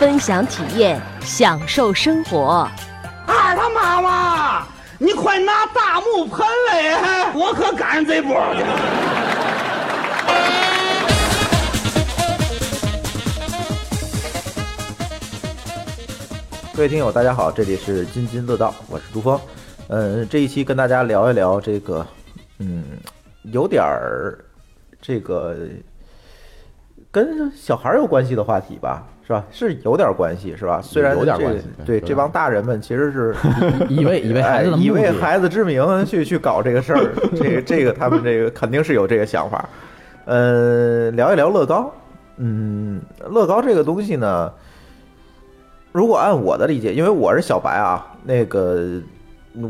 分享体验，享受生活。二他妈妈，你快拿大木盆来，我可赶上这波了。各位听友，大家好，这里是津津乐道，我是朱峰。嗯，这一期跟大家聊一聊这个，嗯，有点儿这个跟小孩儿有关系的话题吧，是吧？是有点儿关系，是吧？虽然嗯有点这关系对对有点这帮大人们其实是 以为以为孩子的哎以目为的孩子之名去去搞这个事儿，这个这个他们这个肯定是有这个想法。呃，聊一聊乐高，嗯，乐高这个东西呢，如果按我的理解，因为我是小白啊，那个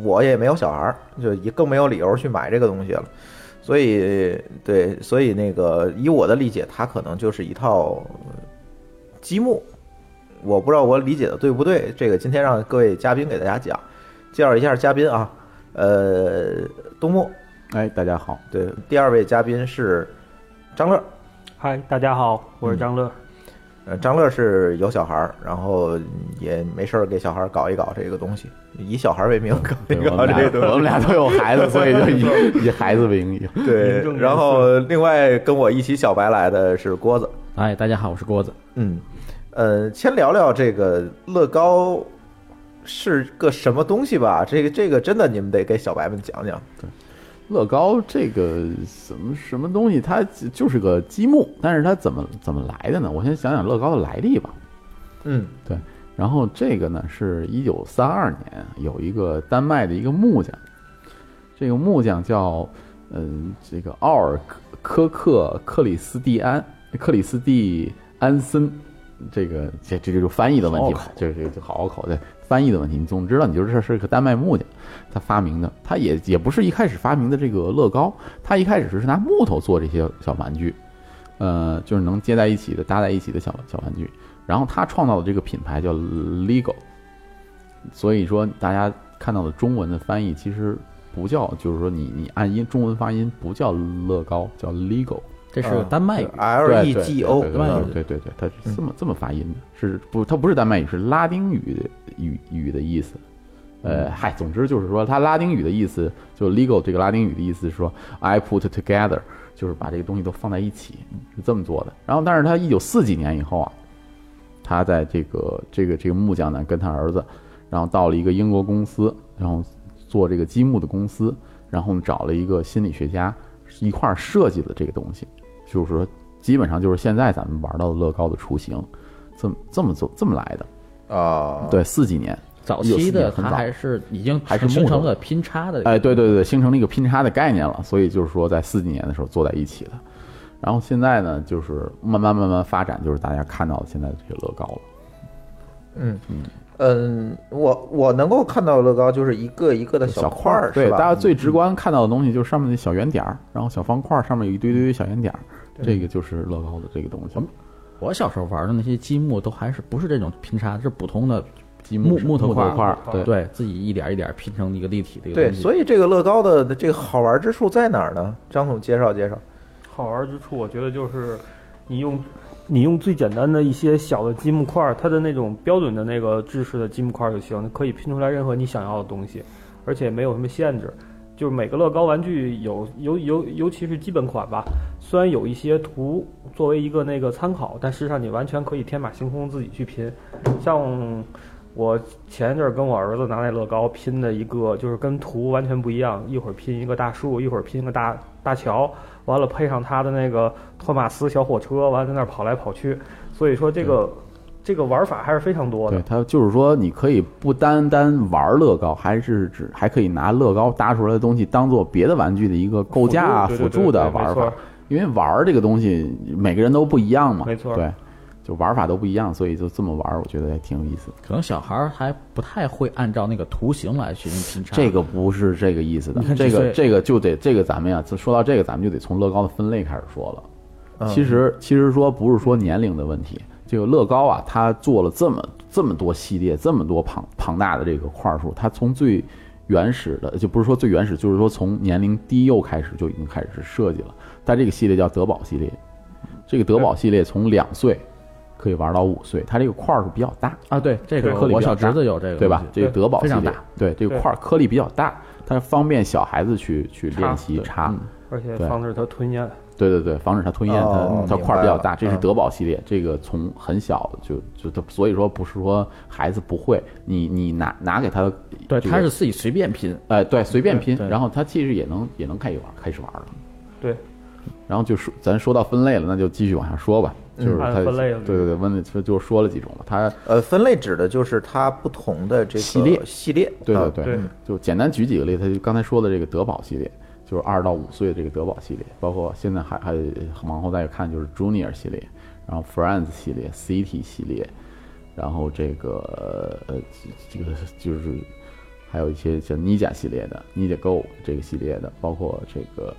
我也没有小孩儿，就也更没有理由去买这个东西了。所以，对，所以那个以我的理解，它可能就是一套积木。我不知道我理解的对不对，这个今天让各位嘉宾给大家讲。介绍一下嘉宾啊，呃，东木，哎，大家好，对，第二位嘉宾是张乐，嗨，大家好，我是张乐。呃，张乐是有小孩儿，然后也没事儿给小孩儿搞一搞这个东西，以小孩儿为名 搞一对搞我们这俩个东西我们俩都有孩 子，所以就以以孩子为名义。对名正，言然后另外跟我一起小白来的是郭子，哎，大家好，我是郭子。嗯，呃，先聊聊这个乐高是个什么东西吧，这个这个真的你们得给小白们讲讲，乐高这个什么什么东西，它就是个积木，但是它怎么怎么来的呢？我先讲讲乐高的来历吧。嗯然后这个呢，是一九三二年有一个丹麦的一个木匠，这个木匠叫嗯，这个奥尔科克克里斯蒂安克里斯蒂安森，这个这这就是翻译的问题吧，这这这好拗口对翻译的问题。你总之了，你就是这是个丹麦木匠，他发明的，他也也不是一开始发明的这个乐高，他一开始是拿木头做这些小玩具，呃，就是能接在一起的搭在一起的小小玩具。然后他创造的这个品牌叫 LEGO，所以说大家看到的中文的翻译其实不叫，就是说你你按音中文发音不叫乐高，叫 LEGO。这是丹麦语， ，L E G O，对外语对对对对，它是这么这么发音的，是不？它不是丹麦语，是拉丁语的语语的意思。嗯呃，嗨，总之就是说，它拉丁语的意思，就 legal 这个拉丁语的意思是说，I put together，就是把这个东西都放在一起，嗯是这么做的。然后，但是他一九四几年以后啊，他在这个这个这个木匠呢，跟他儿子，然后到了一个英国公司，然后做这个积木的公司，然后找了一个心理学家一块儿设计的这个东西，就是说基本上就是现在咱们玩到的乐高的雏形，这么这么做这么来的。啊，对，四几年，早期的1944很它早还是已经 还是形成木头了拼插的。哎，对对对，形成了一个拼插的概念了，所以就是说在四几年的时候做在一起的，然后现在呢，就是慢慢慢慢发展，就是大家看到的现在的这些乐高了。嗯，我我能够看到乐高就是一个一个的小块儿，对，是吧嗯大家最直观看到的东西就是上面那小圆点儿，然后小方块儿上面有一堆堆堆小圆点儿，这个就是乐高的这个东西。我小时候玩的那些积木都还是不是这种拼插，是普通的积木木头块块儿啊儿，对对自己一点一点拼成一个立体的一个对，东西所以这个乐高的这个好玩之处在哪儿呢？张总介绍介绍。好玩之处，我觉得就是你用你用最简单的一些小的积木块儿，它的那种标准的那个制式的积木块儿就行，可以拼出来任何你想要的东西，而且没有什么限制。就是每个乐高玩具有尤尤尤其是基本款吧，虽然有一些图作为一个那个参考，但事实上你完全可以天马行空自己去拼。像我前一阵儿跟我儿子拿那乐高拼的一个，就是跟图完全不一样，一会儿拼一个大树，一会儿拼一个大大桥，完了配上他的那个托马斯小火车，完了在那儿跑来跑去。所以说这个这个玩法还是非常多嗯对的。它就是说，你可以不单单玩乐高，还是只还可以拿乐高搭出来的东西当做别的玩具的一个构架啊、辅辅助对对对助的对没玩错法。因为玩儿这个东西，每个人都不一样嘛，没错对，就玩法都不一样，所以就这么玩，我觉得也挺有意思。可能小孩儿还不太会按照那个图形来去拼插。这个不是这个意思的你，看这这个岁这个就得这个咱们呀，说到这个咱们就得从乐高的分类开始说了。嗯其实其实说不是说年龄的问题，这个乐高啊，它做了这么这么多系列，这么多庞庞大的这个块数，它从最原始的就不是说最原始，就是说从年龄低幼开始就已经开始设计了。它这个系列叫德宝系列，这个德宝系列从两岁可以玩到五岁，它这个块数比较大，啊，对，这个颗粒我比较小大侄子有这个，对吧？这个对德宝非系常列大，对这个对块儿颗粒比较大，它方便小孩子去去插练习插。嗯而且对防止它吞咽。对对对，防止它吞咽，哦它它明块儿比较白了大，这是嗯德宝系列，这个从很小就就它，所以说不是说孩子不会，你你拿拿给他的这个，对，他是自己随便拼。呃对随便对拼，对然后他其实也能也能开始玩开始玩了，对，然后就说咱说到分类了，那就继续往下说吧，就是嗯它按分类对对对，问的就就说了几种了，它呃，分类指的就是它不同的这个系列系列，对啊对嗯对，对就简单举几个例子，他就刚才说的这个德宝系列，就是二到五岁的这个德宝系列，包括现在还还往后再看就是 Junior 系列，然后 Friends 系列、City 系列，然后这个呃这这个就是还有一些像 Ninja 系列的、Ninja Go 这个系列的，包括这个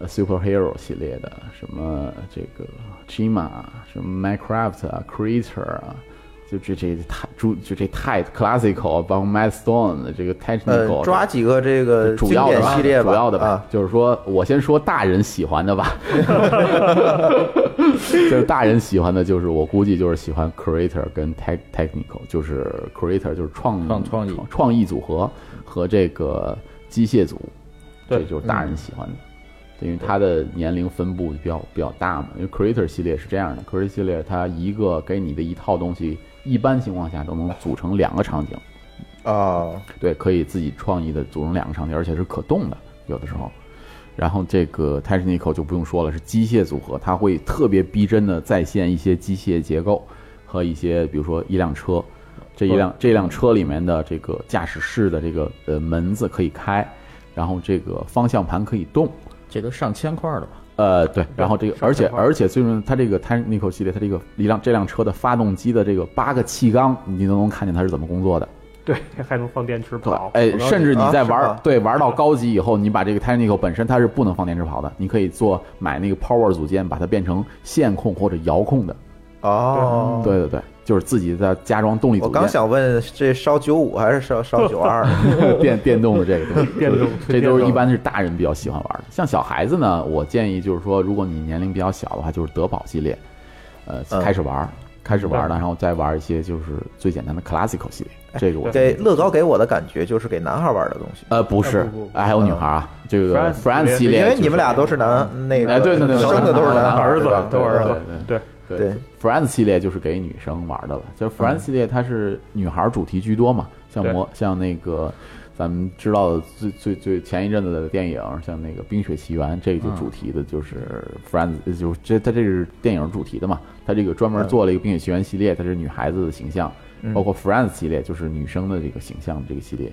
呃 Superhero 系列的，什么这个 Chima，什么 Minecraft 啊、Creator 啊。就这这太就就这太 classical，啊包括 Mad Stone 这个 technical，、呃，抓几个这个主经要的典吧系列吧，主要的吧，啊，就是说我先说大人喜欢 的吧，就是大人喜欢的，就是我估计就是喜欢 creator 跟 tech technical，就是 creator 就是创创创意创意组合和这个机械组，对这就是大人喜欢的。嗯因为它的年龄分布比较比较大嘛，因为 Creator 系列是这样的，Creator 系列它一个给你的一套东西，一般情况下都能组成两个场景，哦，对，可以自己创意的组成两个场景，而且是可动的，有的时候。然后这个 technical 就不用说了，是机械组合，它会特别逼真的再现一些机械结构和一些，比如说一辆车，这一辆这辆车里面的这个驾驶室的这个呃门子可以开，然后这个方向盘可以动，这都上千块儿的吧？呃，对，然后这个，上而且下班而且最重要，它这个 Technical 系列，它这个一辆这辆车的发动机的这个八个气缸，你都能看见它是怎么工作的。对， 还能放电池跑。哎，甚至你在玩、啊是吗对玩到高级以后，你把这个 Technical 本身它是不能放电池跑的，你可以做买那个 Power 组件，把它变成线控或者遥控的。哦，对对对，就是自己在加装动力我组刚件，想问这烧九五还是烧烧九 二？电电动的这个东西，电动这电都是动一般是大人比较喜欢玩的。像小孩子呢，我建议就是说，如果你年龄比较小的话，就是德宝系列，呃，嗯开始玩儿，开始玩儿了，对然后再玩一些就是最简单的 classical 系列。这个我给建议乐高给我的感觉就是给男孩玩的东西，呃不是不不，不哎还有女孩儿啊，这个 France France 系系列，因为你们俩都是男那哎个，对对对对生的都是男孩儿子对吧都对儿对子对对，嗯对对 f r i e n d s 系列就是给女生玩的了，就是 f r i e n d s 系列它是女孩主题居多嘛，像对魔像那个咱们知道的最最最前一阵子的电影，像那个《冰雪奇缘》，这嗯个就主题的就是 f r i e n d s 就是这它这是电影主题的嘛，它这个专嗯门做了一个《冰雪奇缘》系列，它是女孩子的形象，包括 f r i e n d s 系列就是女生的这个形象这个系列。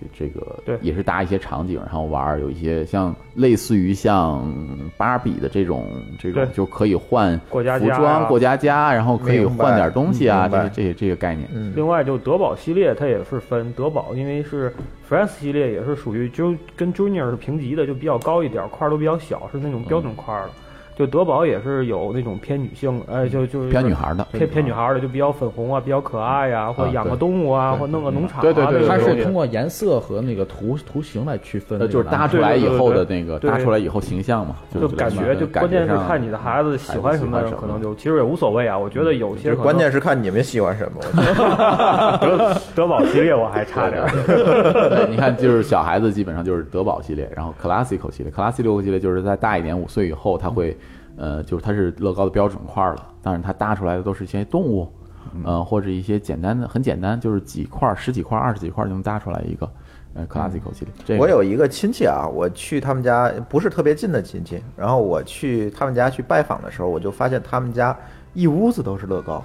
就这对个也是搭一些场景，然后玩儿，有一些像类似于像芭比的这种这种对就可以换过家服家装啊过家家，然后可以明白换点东西啊，嗯明这些白这些这些概念。嗯另外，就德宝系列，它也是分德宝，因为是 France 系列，也是属于就跟 Junior 是平级的，就比较高一点，块儿都比较小，是那种标嗯准块儿的。就德宝也是有那种偏女性，哎，就就是偏女孩的偏偏女孩儿的，就比较粉红啊，比较可爱呀、或啊养对个动物啊，对或弄个农场啊，对对对那对它个东是西通过颜色和那个图图形来区分的呃，这就个是搭男出女，来以后的对那个对对搭出来以后形象嘛，就就感觉，就感关键是上看你的孩子喜欢什么孩子喜，欢嗯可能就其实也无所谓啊。我觉得有些可能关键是看你们喜欢什么。我觉得德德宝系列我还差点儿，对，你看，就是小孩子基本上就是德宝系列，然后 classical 系列，classical 系列就是在大一点五岁以后，它会，呃，就是它是乐高的标准块儿了，但是它搭出来的都是一些动物，嗯呃，或者一些简单的，很简单，就是几块儿、十几块儿、二十几块儿就能搭出来一个，呃，classical 系列。这个我有一个亲戚啊，我去他们家不是特别近的亲戚，然后我去他们家去拜访的时候，我就发现他们家一屋子都是乐高，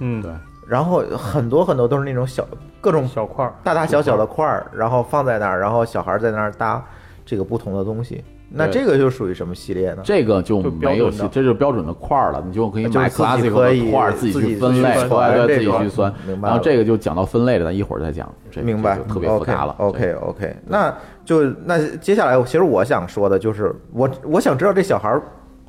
嗯，对然后很多很多都是那种小各种小块儿，大大小小的块儿，然后放在那儿，然后小孩在那儿搭这个不同的东西。那对这个就属于什么系列呢？这个就就标没有准系的，这就是标准的块儿了，你就可以就是买自己 classic 可以的块儿自己己去去分类，分对对，这自己种去酸。明白然后了这个就讲到分类了，咱一会儿再讲，这明白这，就特别复杂了。 OK 对 OK，, o k 那就那接下来，其实我想说的就是，我我想知道这小孩儿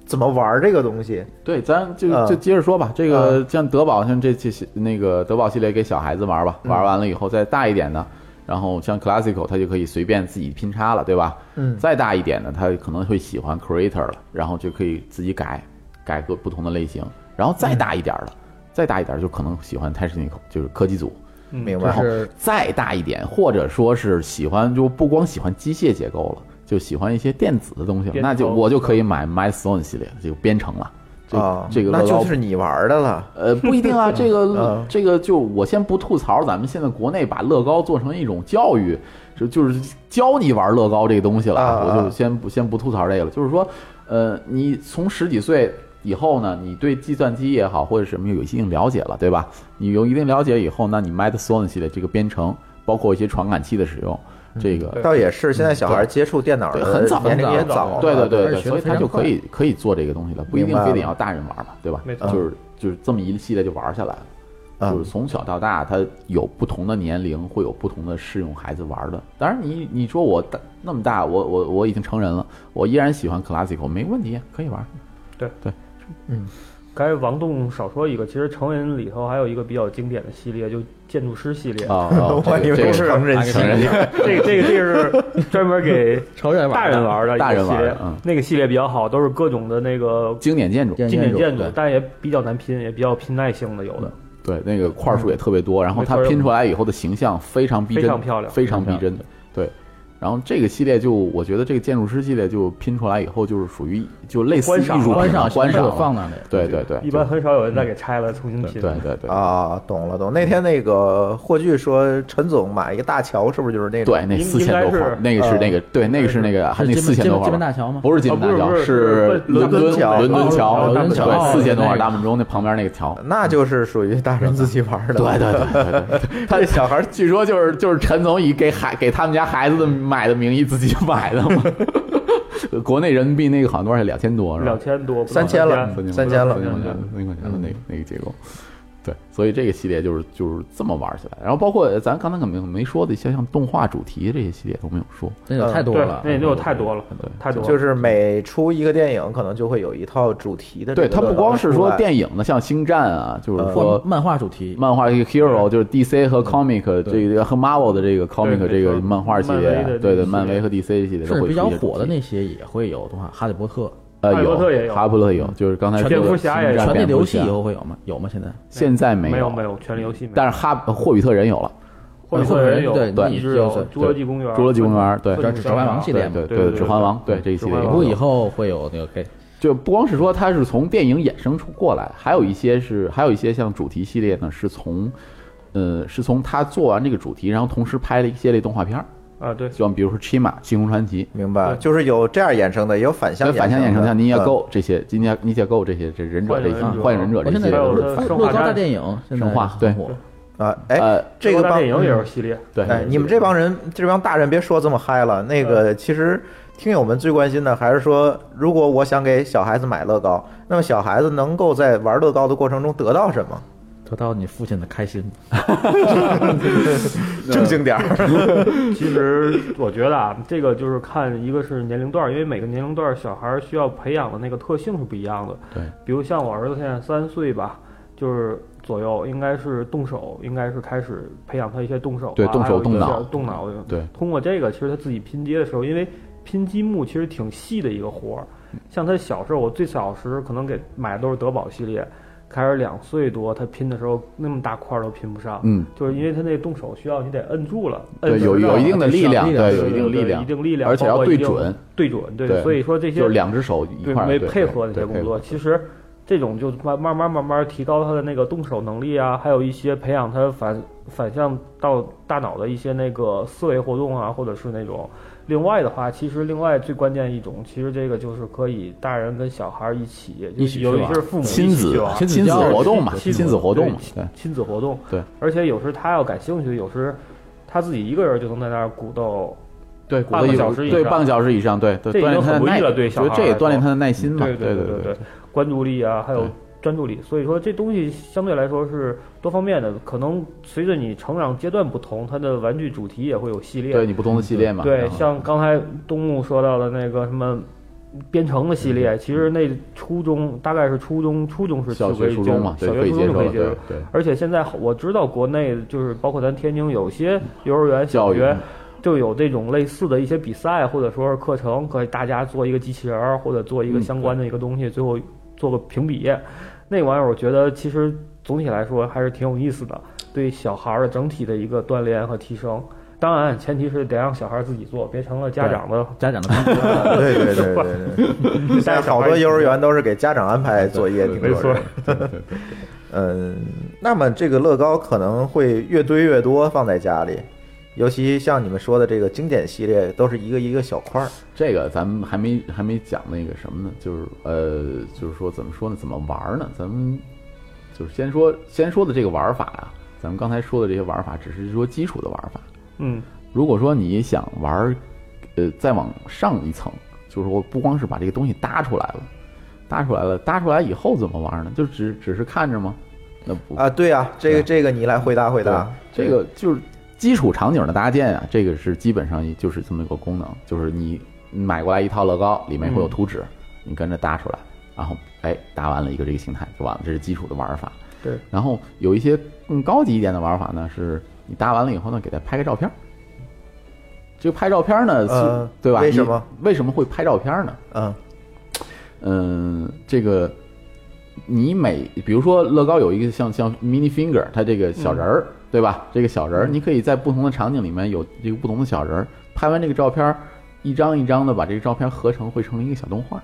怎么玩儿这个东西。对，咱就嗯就接着说吧。这个像德宝，像这这些那个德宝系列给小孩子玩吧，嗯玩完了以后再大一点的，然后像 classical，他就可以随便自己拼插了，对吧？嗯再大一点的，他可能会喜欢 creator 了，然后就可以自己改改个不同的类型，然后嗯再大一点的，再大一点就可能喜欢 technical，就是科技组。明然白后，再大一点，或者说是喜欢就不光喜欢机械结构了，就喜欢一些电子的东西了，编程那就我就可以买 Milestone 系列就编程了。这、啊，这个那乐高就是你玩儿的了。呃不一 定啊，这个嗯这个就我先不吐槽，咱们现在国内把乐高做成一种教育，就就是教你玩乐高这个东西了，啊啊我就先不先不吐槽这个了，就是说，呃，你从十几岁。以后呢，你对计算机也好或者什么有一定了解了，对吧？你有一定了解以后，那你 m a d s o n 系列这个编程，包括一些传感器的使用，这个对倒也是，现在小孩儿接触电脑嗯对的很早年龄也很早啊早了，对对对而对，且学所以得非他就常可快以可以做这个东西了，不一定明白非得了要大人玩嘛，对吧？没错就是就是这么一系列就玩下来了。嗯就是从小到大，他有不同的年龄，会有不同的适用孩子玩的。当然你，你说我大那么大，我我我已经成人了，我依然喜欢 classical，没问题，可以玩。刚才王栋少说一个，其实成人里头还有一个比较经典的系列，就建筑师系列。啊、 哦我以这为个是这个成人成系人这个、这个、这个是专 门给成人玩大人玩的一大个人系玩的列嗯，那个系列比较好，都是各种的那个经典建筑，建经典建筑对，嗯但也比较难拼，也比较拼耐性的，有的。对，那个块数也特别多，然后它没错拼出来以后的形象非常逼真，非常漂亮非常逼真的。对，然后这个系列就我觉得这个建筑师系列就拼出来以后就是属于就类似观艺术赏品观赏观赏了放那里，对对对，一般就很少有人再给拆了重新对拼。对对对啊，懂了懂。那天那个霍炬说，陈总买一个大桥，是不是就是那种？对，那应四千多应该块是儿，那个是呃那个对，那个是那个还那是金四千多金块金门儿大吧。桥吗？不是金门大啊桥，不是不是是不是伦伦敦桥伦敦桥，伦敦桥对，哦四千多块那儿个大门钟那旁边那个桥，那就是属于大人自己玩儿的。对对对对对。 他这小孩儿据说就是就是陈总以给孩给他们家孩子的买的名义自己买的嘛。 国内人民币那个好像多少？两千多是吧两？千多，不到三千了3000千嗯三千嗯了三千块钱，三千块钱的那个那个结构。对，所以这个系列就是就是这么玩起来。然后包括咱刚才可没没说的一些像动画主题这些系列都没有说。那有太多对了，，那也就太多了，嗯对太多 了。就是每出一个电影，可能就会有一套主题的这对，个乐高出来。嗯它不光是说电影的，像星战啊，就是或说漫画主题，漫画这个 hero 就是 DC 和 comic 这个和 Marvel 的这个 comic 嗯对这个漫画系列啊漫威的，对系对，列漫威和 DC 系列都是会比较出一些火的主题那些也会有的话，《哈利波特呃哈利波特也有哈利波特有，就是刚才说的蝙蝠侠也有星》战权蝙力蝠游戏侠以后会有吗？有吗？现在现在没没有没有，权力游戏没有。但是哈霍比特人有了，或者说人有，对对一直有对侏罗纪公园、侏罗纪公园对愤怒指指环王系列对嘛对对对对指环王对这一系列也指环几王有部以后会有那个给就不光是说它是从电影衍生出过来，还有一些是还有一些像主题系列呢，是从呃是从他做完这个主题，然后同时拍了一系列动画片儿，啊，对，就像比如说《Chima》《星空传奇》。明白，对就是有这样衍生的，也有反向像反向衍生，的。像《尼亚嗯购》这些，《尼亚尼亚购》这些，这忍者这些，幻影忍者幻影忍者我这现些在还有都有是，它乐生乐化高大战电影，现在生化对很火，啊，哎，呃，这个大帮电影也有嗯系列，对，哎，你们这帮人，这帮大人别说这么嗨了。那个，其实听友们最关心的还是说，如果我想给小孩子买乐高，那么小孩子能够在玩乐高的过程中得到什么？得到你父亲的开心。正经点儿。呃 其实我觉得啊，这个就是看一个是年龄段儿，因为每个年龄段儿小孩儿需要培养的那个特性是不一样的。对，比如像我儿子现在三岁吧，就是左右，应该是动手，应该是开始培养他一些动手啊、对动手还有一些动脑动脑的。对通过这个，其实他自己拼接的时候，因为拼积木其实挺细的一个活儿。嗯像他小时候，我最小时可能给买的都是德宝系列，开始两岁多，他拼的时候那么大块儿都拼不上。嗯，就是因为他那动手需要你得摁住了，摁对，有实了有一定的力量，力量对，有嗯对一定力量，一定力量，而且包要括对一定准，，对准，对，对所以说这些就是两只手一对块儿没对配合那对些工配作，合其实这种就慢慢慢慢慢提高他的那个动手能力啊，还有一些培养他反反向到大脑的一些那个思维活动啊，或者是那种。另外的话，其实另外最关键一种，其实这个就是可以大人跟小孩儿一起，一起去尤其玩是父母一起亲子去玩亲子亲子教育活动嘛，亲子亲子活动嘛，对亲亲子活动。对，而且有时他要感兴趣，有时他自己一个人就能在那儿鼓捣对，骨半骼个有小时以对上半个小时以上，对对，这已锻炼他经很的不易耐，了对小就孩这也来锻炼说他的耐心嘛，对对对对对，关注力啊，还有专注力，所以说这东西相对来说是多方面的，可能随着你成长阶段不同，它的玩具主题也会有系列。啊对你不同的系列嘛，对，然后像刚才东木说到的那个什么编程的系列，其实那初中大概是初中初中是嗯小就可学以初接中嘛，对，小学可以初中接受就可了，以接对受。对。而且现在我知道国内就是包括咱天津有些幼儿园、教小育学就有这种类似的一些比赛或者说是课程，可以大家做一个机器人儿或者做嗯一个相关的一个东西，最后做个评比。那玩意儿我觉得其实总体来说还是挺有意思的，对小孩儿的整体的一个锻炼和提升。当然，前提是得让小孩儿自己做，别成了家长的家长的 帮助啊对对对对对，现在好多幼儿园都是给家长安排作业，你没错。 嗯，那么这个乐高可能会越堆越多，放在家里，尤其像你们说的这个经典系列，都是一个一个小块儿。这个咱们还没还没讲那个什么呢，就是呃，就是说怎么说呢，怎么玩儿呢？咱们就是先说先说的这个玩法啊，咱们刚才说的这些玩法只是说基础的玩法。嗯，如果说你想玩儿，呃，再往上一层，就是我不光是把这个东西搭出来了，搭出来了，搭出来以后怎么玩呢？就只只是看着吗？那不啊，对啊，这个对这个你来回答回答。这个就是基础场景的搭建啊，这个是基本上就是这么一个功能，就是你买过来一套乐高，里面会有图纸，嗯你跟着搭出来，然后哎搭完了一个这个形态就完了，这是基础的玩法。对，然后有一些更高级一点的玩法呢，是你搭完了以后呢，给它拍个照片儿。这个拍照片儿呢，是呃对吧？为什你么为什么会拍照片儿呢？嗯，嗯，这个你每比如说乐高有一个像像 mini finger，它这个小人儿、对吧？这个小人儿，你可以在不同的场景里面有这个不同的小人儿。拍完这个照片儿，一张一张的把这个照片合成，会成为一个小动画。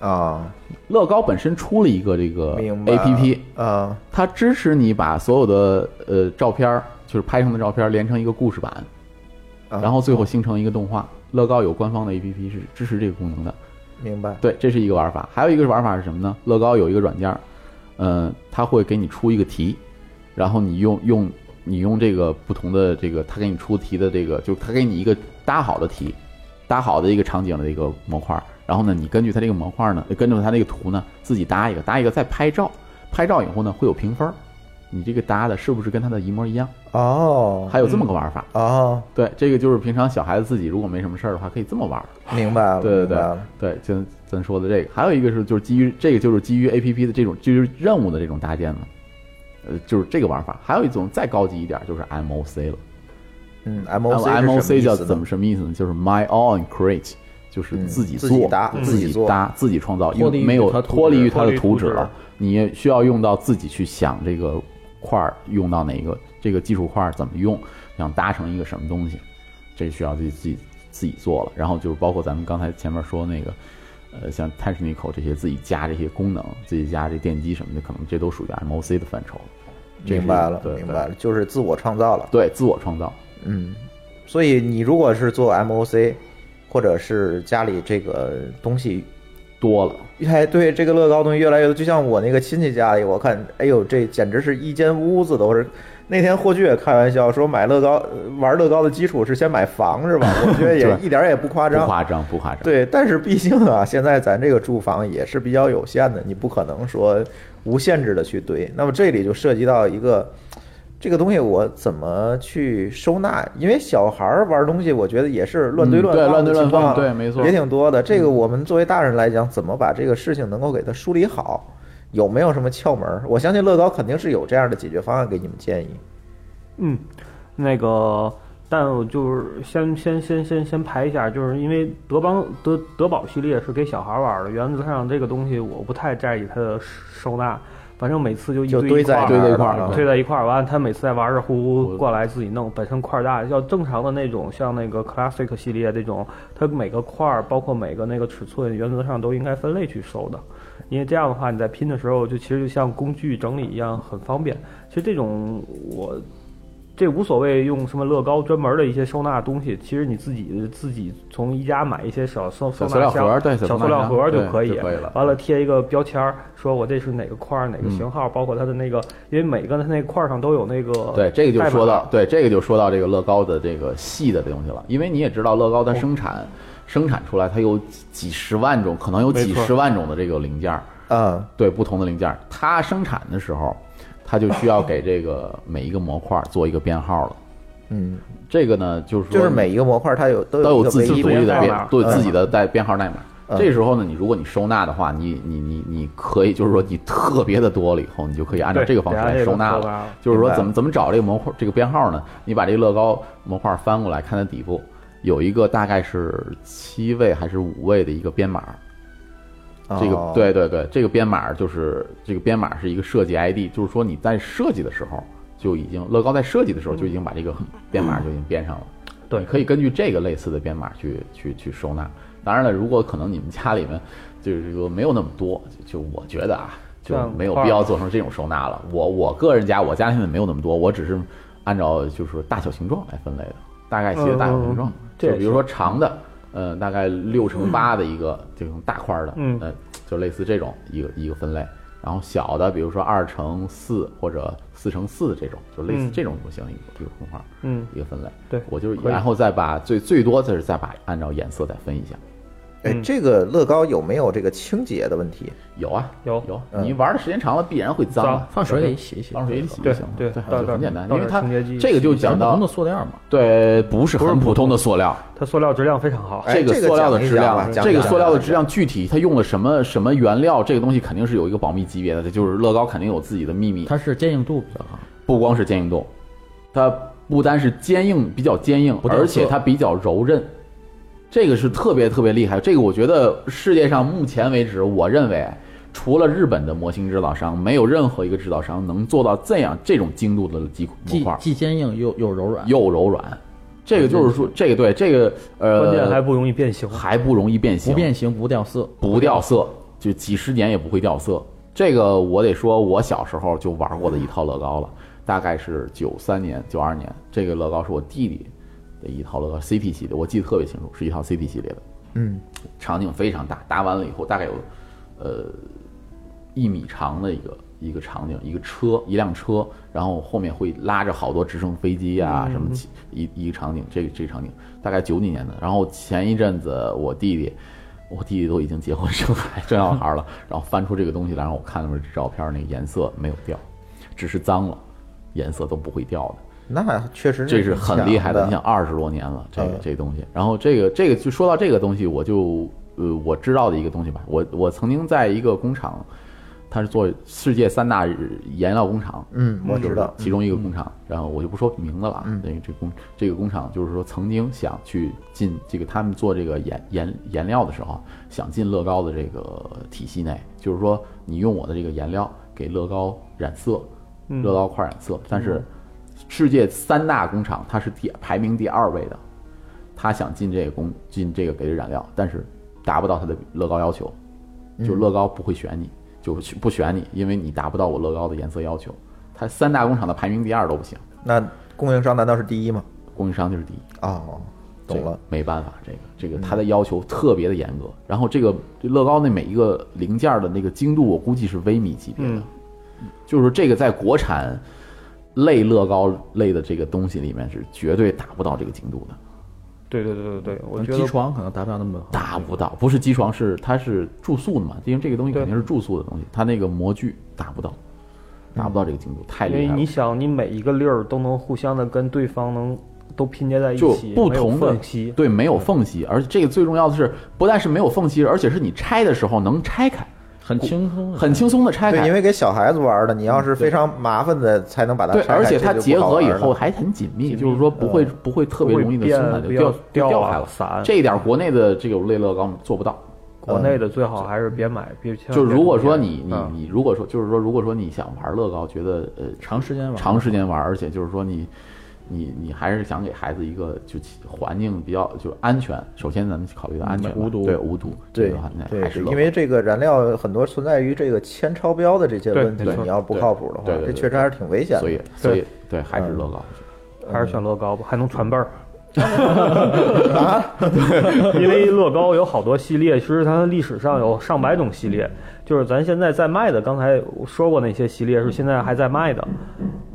啊，乐高本身出了一个这个明白。呃 A P P，啊，它支持你把所有的呃照片儿，就是拍成的照片儿连成一个故事版，啊然后最后形成一个动画。乐高有官方的 A P P 是支持这个功能的。明白。对，这是一个玩法。还有一个玩法是什么呢？乐高有一个软件儿，嗯、它会给你出一个题，然后你用用你用这个不同的这个，它给你出题的这个，就它给你一个搭好的题，搭好的一个场景的一个模块儿，然后呢，你根据它这个模块儿呢，跟着它那个图呢，自己搭一个，搭一个再拍照，拍照以后呢会有评分儿，你这个搭的是不是跟它的一模一样？哦，还有这么个玩法。哦，对，这个就是平常小孩子自己如果没什么事儿的话，可以这么玩儿。明白了，对对明白对了对，就咱说的这个，还有一个是就是基于这个就是基于 A P P 的这种就是任务的这种搭建嘛，呃，就是这个玩法。还有一种再高级一点就是 M O C 了嗯，M O C 啊 M O C 叫怎怎么什么意思呢？就是 My Own Create，就是嗯自己自做、己搭自自己做搭、自己创造，因脱离为于没有它图脱离纸于它脱的离图图纸纸了，你需要用到自己去想这个块儿用到哪个这个基础块儿怎么用，想搭成一个什么东西，这需要自己自己自己做了。然后就是包括咱们刚才前面说那个。呃，像 Technical 这些自己加这些功能，自己加这电机什么的，可能这都属于 MOC 的范畴。这是明白了，对明白了，就是自我创造了。对，自我创造。嗯，所以你如果是做 MOC，或者是家里这个东西，多了，哎，对这个乐高东西越来越多，就像我那个亲戚家里，我看，哎呦，这简直是一间屋子都是。那天霍炬也开玩笑说，买乐高呃玩乐高的基础是先买房是吧？我觉得也对一点儿也不夸不张。夸张，不夸张。对，但是毕竟啊，现在咱这个住房也是比较有限的，你不可能说无限制的去堆。那么这里就涉及到一个这个东西，我怎么去收纳？因为小孩儿玩东西，我觉得也是乱堆嗯乱对放、乱堆乱放对没错嗯也挺多的。这个我们作为大人来讲，怎么把这个事情能够给它梳理好？有没有什么窍门儿？我相信乐高肯定是有这样的解决方案给你们建议。嗯，那个，但我就是先先先先先排一下，就是因为德邦德德宝系列是给小孩玩的，原则上这个东西我不太在意它的收纳，反正每次就一就堆一在块儿堆堆在一块块儿儿了对推在一块儿，完了他每次在玩儿呼呼过来自己弄，本身块儿大，要正常的那种像那个 classic 系列这种，它每个块儿包括每个那个尺寸，原则上都应该分类去收的，因为这样的话你在拼的时候就其实就像工具整理一样很方便。其实这种我这无所谓用什么乐高专门的一些收纳东西，其实你自己自己从宜家买一些小收收小塑料纳盒箱儿，对，小塑塑料料箱盒儿就对可就。以可以了。完了贴一个标签儿，说我这是哪个块儿、哪个嗯型号，包括它的那个，因为每个它那块儿上都有那个对，这个代就码说到，对，这个就说到这个乐高的这个细的东西了，因为你也知道乐高它生产、生产出来，它有几几十万种，可能有没几错十万种的这个零件儿，啊，对，不同的零件儿，它生产的时候，它就需要给这个每一个模块儿做一个编号了。嗯，这个呢，就是说就是每一个模块它有都都有一有个自唯己一独的立的代编码，对嗯自己的代编号代码。嗯这时候呢，你如果你收纳的话，你你你你可以就是说你特别的多了以后，你就可以按照对这个方式等下来这个收纳收了。纳了就是啊明说白怎么怎么找这个模块这个编号呢？你把这个乐高模块翻过来，看它底部有一个大概是七位还是五位的一个编码。这个哦对对对，这个编码就是这个编码是一个设计 ID，就是说你在设计的时候就已经乐高在设计的时候就已经把这个编码就已经编上了。对你可以根据这个类似的编码去去去收纳。当然了，如果可能你们家里面就是说没有那么多，就就我觉得啊，就这样没有块儿必要做成这种收纳了。我我个人家我家现在没有那么多，我只是按照就是大小形状来分类的，大概其实大小形状，这就也比如说长的，呃，大概六乘八的一个这种大块儿的，嗯呃，就类似这种一个一个分类。然后小的，比如说二乘四或者四乘四这种，就类似嗯这种模型一个一个空块儿嗯，一个分类。对我就是以，可以然后再把最最多就是再把按照颜色再分一下。哎，嗯这个乐高有没有这个清洁的问题？有啊，有有，嗯你玩的时间长了必然会脏啊脏，放水里洗一洗，放水里洗就对行了。对对，到就很简单，到因为点它清洁剂这个就讲讲普到通的塑料嘛，对，不是很普通的塑料，它塑料质量非常好。哎这个这个塑料的讲一质讲吧量，讲这个讲塑料的讲质量具体它用了什么什么原料，这个东西肯定是有一个保密级别的，就是乐高肯定有自己的秘密。它它是坚硬度比较好。不光是坚硬度，它不单是坚硬，比较坚硬，不掉色而且它比较柔韧。这个是特别特别厉害，这个我觉得世界上目前为止，我认为除了日本的模型制造商，没有任何一个制造商能做到这样这种精度的机模既块儿，既坚硬又又柔软，又柔软。这个就是说，这个对这个呃，关键还不容易变形，还不容易变形，不变形不掉色，不掉色，就几十年也不会掉色。这个我得说，我小时候就玩过的一套乐高了，大概是九三年、九二年，这个乐高是我弟弟的一套乐高 CP 系列，我记得特别清楚，是一套 CP 系列的，嗯，场景非常大，搭完了以后大概有，呃，一米长的一个一个场景，一个车，一辆车，然后后面会拉着好多直升飞机啊，什么起一一个场景，这个这个场景大概九几年的。然后前一阵子我弟弟，我弟弟都已经结婚生孩生小孩了，然后翻出这个东西来，然后我看了照片，那个颜色没有掉，只是脏了，颜色都不会掉的。那确实这是挺很强厉害的。的。你想，二十多年了，这个嗯这个东西。然后这个这个就说到这个东西，我就呃我知道的一个东西吧。我我曾经在一个工厂，它是做世界三大颜料工厂，嗯，我就是知道，其中一个工厂，嗯然后我就不说名字了啊。那个这工这个工厂就是说曾经想去进这个他们做这个颜颜颜料的时候，啊想进乐高的这个体系内，就是说你用我的这个颜料给乐高染色，嗯乐高块染色，但是世界三大工厂它是第排名第二位的，他想进这个工进这个给的染料，但是达不到他的乐高要求，嗯就乐高不会选你，就不选你，因为你达不到我乐高的颜色要求。它三大工厂的排名第二都不行，那供应商难道是第一吗？供应商就是第一。哦，这懂个了。没办法，这个这嗯个它的要求特别的严格。然后这个这乐高那每一个零件的那个精度，我估计是微米级别的，嗯就是这个在国产类乐高类的这个东西里面是绝对达不到这个精度的，哦对对对对对，我呃觉机得床可能达不了那么好。达不到。不是机床，是它是注塑的嘛，因为这个东西对肯定是注塑的东西，它那个模具达不到，达不到这个精度，太因厉为害了你。想，你每一个粒儿都能互相的跟对方能都拼接在一就起，不没有同的缝隙，嗯对没有缝隙，而且这个最重要的是，不但是没有缝隙，而且是你拆的时候能拆开。很轻松嗯啊的，很轻松的拆对，因开。嗯为给小孩子玩的，你要是非常麻烦的才能把它对，拆开而且它这就结不好合玩以了后还很紧密，就是说不会不会特嗯不别会容易的变松散就不要掉就掉掉啊开了。散这一点国内的这种类乐高做不到。国内的最好还是别买，别千万就别如果说买你你嗯你如果说就是说如果说你想玩乐高，觉得呃长时间玩长时间玩，而且就是说你你你还是想给孩子一个就环境比较就安全。首先咱们考虑到安全吧，无毒对无毒，这对个的话那对还是对，乐因高为这个燃料很多存在于这个铅超标的这些对问题没，错你要不对靠谱的话对对，这对确实还是挺危险的。所以所以对还是乐高。还是选乐高吧，还能传 辈儿。因为乐高有好多系列，其实它历史上有上百种系列，就是咱现在在卖的，刚才我说过那些系列是现在还在卖的，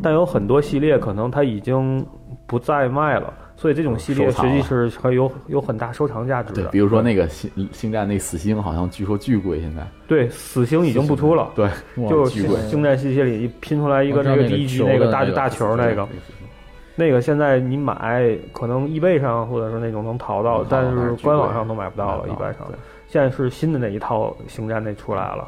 但有很多系列可能它已经不再卖了，所以这种系列收实藏际了是很有有很大收藏价值对，的比。如说那个星星战那死星，好像据说巨贵，现在对，死星已经不出了，对，就巨是贵。星战系列里拼出来一个我知道那个第一集球的那那个大大球那个个，，那个现在你买可能易贝上或者是那种能淘到，能淘到但但是是官网巨贵上都买不到了，买易不贝到上对。现在是新的那一套星战那出来了，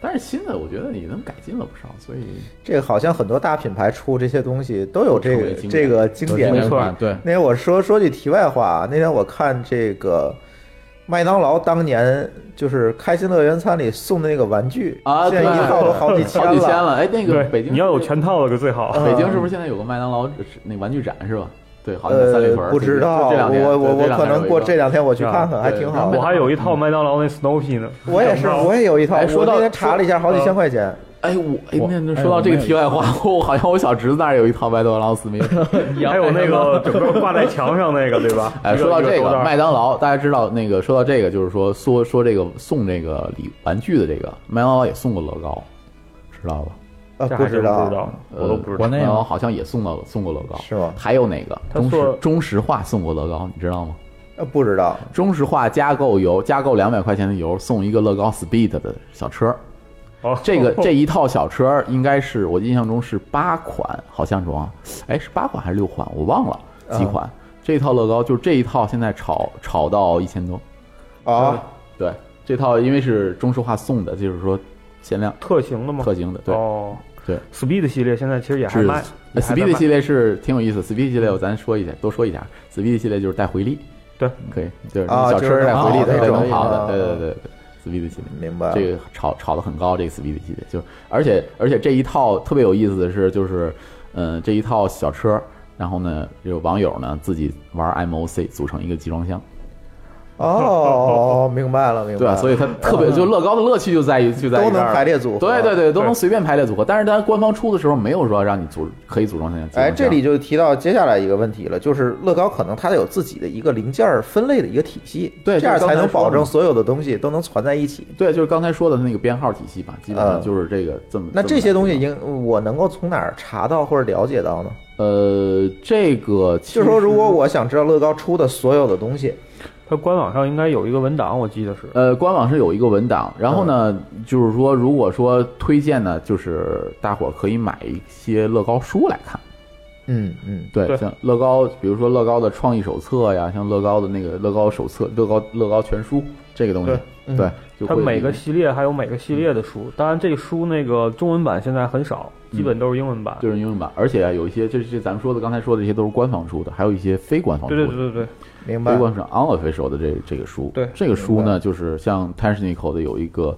但是新的我觉得也能改进了不少，所以这个好像很多大品牌出这些东西都有这都成为个经典这个经典没的错，对，那天我说说句题外话，啊那天我看这个麦当劳当年就是开心乐园餐里送的那个玩具啊现在对一套都好几千 好几千了。了。哎，那个北对，京你要有全套的可最好。北京是不是现在有个麦当劳那玩具展是吧？对，好像在三里呃屯儿。，不知道，就这两天我我我对这两天可能有一过个这两天我去看看，对还挺好对我的。还有一套麦当劳那 Snoopy 呢，我也是，我也有一套。哎说到我那天查了一下，好几千块钱。哎，我哎，我那那哎说到我这个没有题外话，我好像我小侄子那儿有一套麦当劳斯密。还有 那个整个挂在墙上那个，对吧？哎，一说到一这兜个袋儿麦当劳，大家知道那个说到这个，就是说说说这个送这个礼玩具的这个麦当劳也送过乐高，知道吧？啊，这还真知不道，知道，我都不知国道。内麦当劳有好像也送到送过乐高，是吗？还有哪个他中做石中石化送过乐高，你知道吗？呃，不知道。中石化加购油，加购两百块钱的油，送一个乐高 Speed 的小车。哦，这个这一套小车应该是我印象中是八款，好像中啊，哎是八款还是六款，我忘了嗯几款。这一套乐高就这一套现在炒炒到一千多，啊，对，这套因为是中石化送的，就是说限量特型的吗？特型的，对。哦，对，Speed 系列现在其实也还是哎卖。也还在 Speed 卖系列是挺有意思，Speed 系列咱说一下，多说一下，Speed 系列就是带回力，对，可以，就是啊那小就是车带能回力跑的的，对，那种能跑的，啊对对对对，Speed 系列。明白了。嗯这个炒炒得很高，这个 Speed 系列就是，而且而且这一套特别有意思的是，就是，嗯、这一套小车，然后呢，有网友呢自己玩 MOC 组成一个集装箱，哦， 明白了，明白对、啊了。所以它特别就乐高的乐趣就在于就在于都这能儿排列组合。对对对，都对能随便排列组合，但是它官方出的时候没有说让你组可以组装成集装箱。哎，这里就提到接下来一个问题了，就是乐高可能它有自己的一个零件儿分类的一个体系，对这样就是刚才才能保说的证嘛嗯所有的东西都能攒在一起。对，就是刚才说的那个编号体系吧，基本嗯上就是这个这么。那么这些东西来的应我能够从哪儿查到或者了解 到呢？呃，这个其就是说，如果实我想知道乐高出的所有的东西，它官网上应该有一个文档，我记得是。呃，官网是有一个文档，然后嗯呢，就是说，如果说推荐呢，就是大伙儿可以买一些乐高书来看。嗯嗯，对，对像乐高，比如说乐高的创意手册呀，像乐高的那个乐高手册、乐高乐高全书这个东西，嗯对，就它会每有个系列还有每个系列的书，当然这个书那个中文版现在很少，嗯基本都是英文版。就是英文版，而且啊有一些这这咱们说的刚才说的这些都是官方出的，还有一些非官方出对的。对对对对，明白非。官方 unofficial 的这这个书，对这个书明白呢，就是像 Technical 的有一个，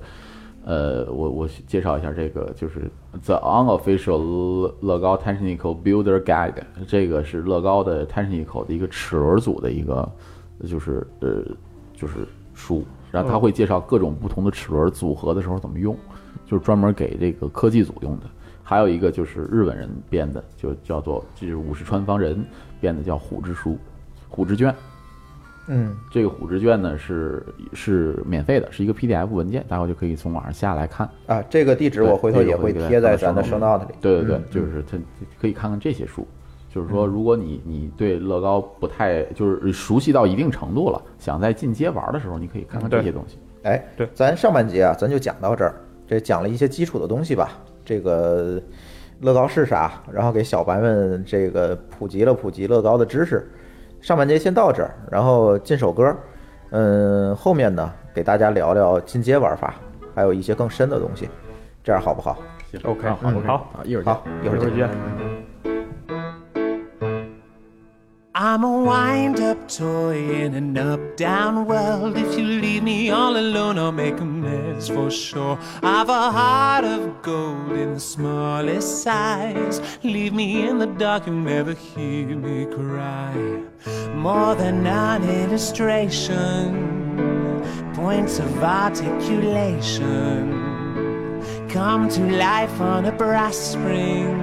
呃，我我介绍一下这个，就是 The Unofficial 乐高 Technical Builder Guide，这个是乐高的 Technical 的一个齿轮组的一个，就是呃就是书，然后它会介绍各种不同的齿轮组合的时候怎么用，就是专门给这个科技组用的。还有一个就是日本人编的，就叫做这是五十川方人编的，叫虎之书、虎之卷。嗯，这个虎之卷呢是是免费的，是一个 PDF 文件，大伙就可以从网上下来看。啊，这个地址我回头对这个也会会给大家贴在咱放到的 show 上 note 里。对对对，嗯就是它可以看看这些书。就是说，如果你你对乐高不太就是熟悉到一定程度了，想在进阶玩的时候，你可以看嗯看这些东西。哎，对咱上半节啊，咱就讲到这儿，这讲了一些基础的东西吧。这个乐高是啥，然后给小白们这个普及了普及乐高的知识。上半节先到这儿，然后进首歌。嗯，后面呢，给大家聊聊进阶玩法，还有一些更深的东西，这样好不好？ OK，啊嗯好，啊，一会儿见好。，一一嗯会会儿儿见。见。 I'm a wind up toy in an up down world. If you leave me all alone, I'll make a mess for sure. I've a heart of gold in the smallest size. Leave me in the dark, you'll never hear me cry. More than an illustration, points of articulation come to life on a brass spring.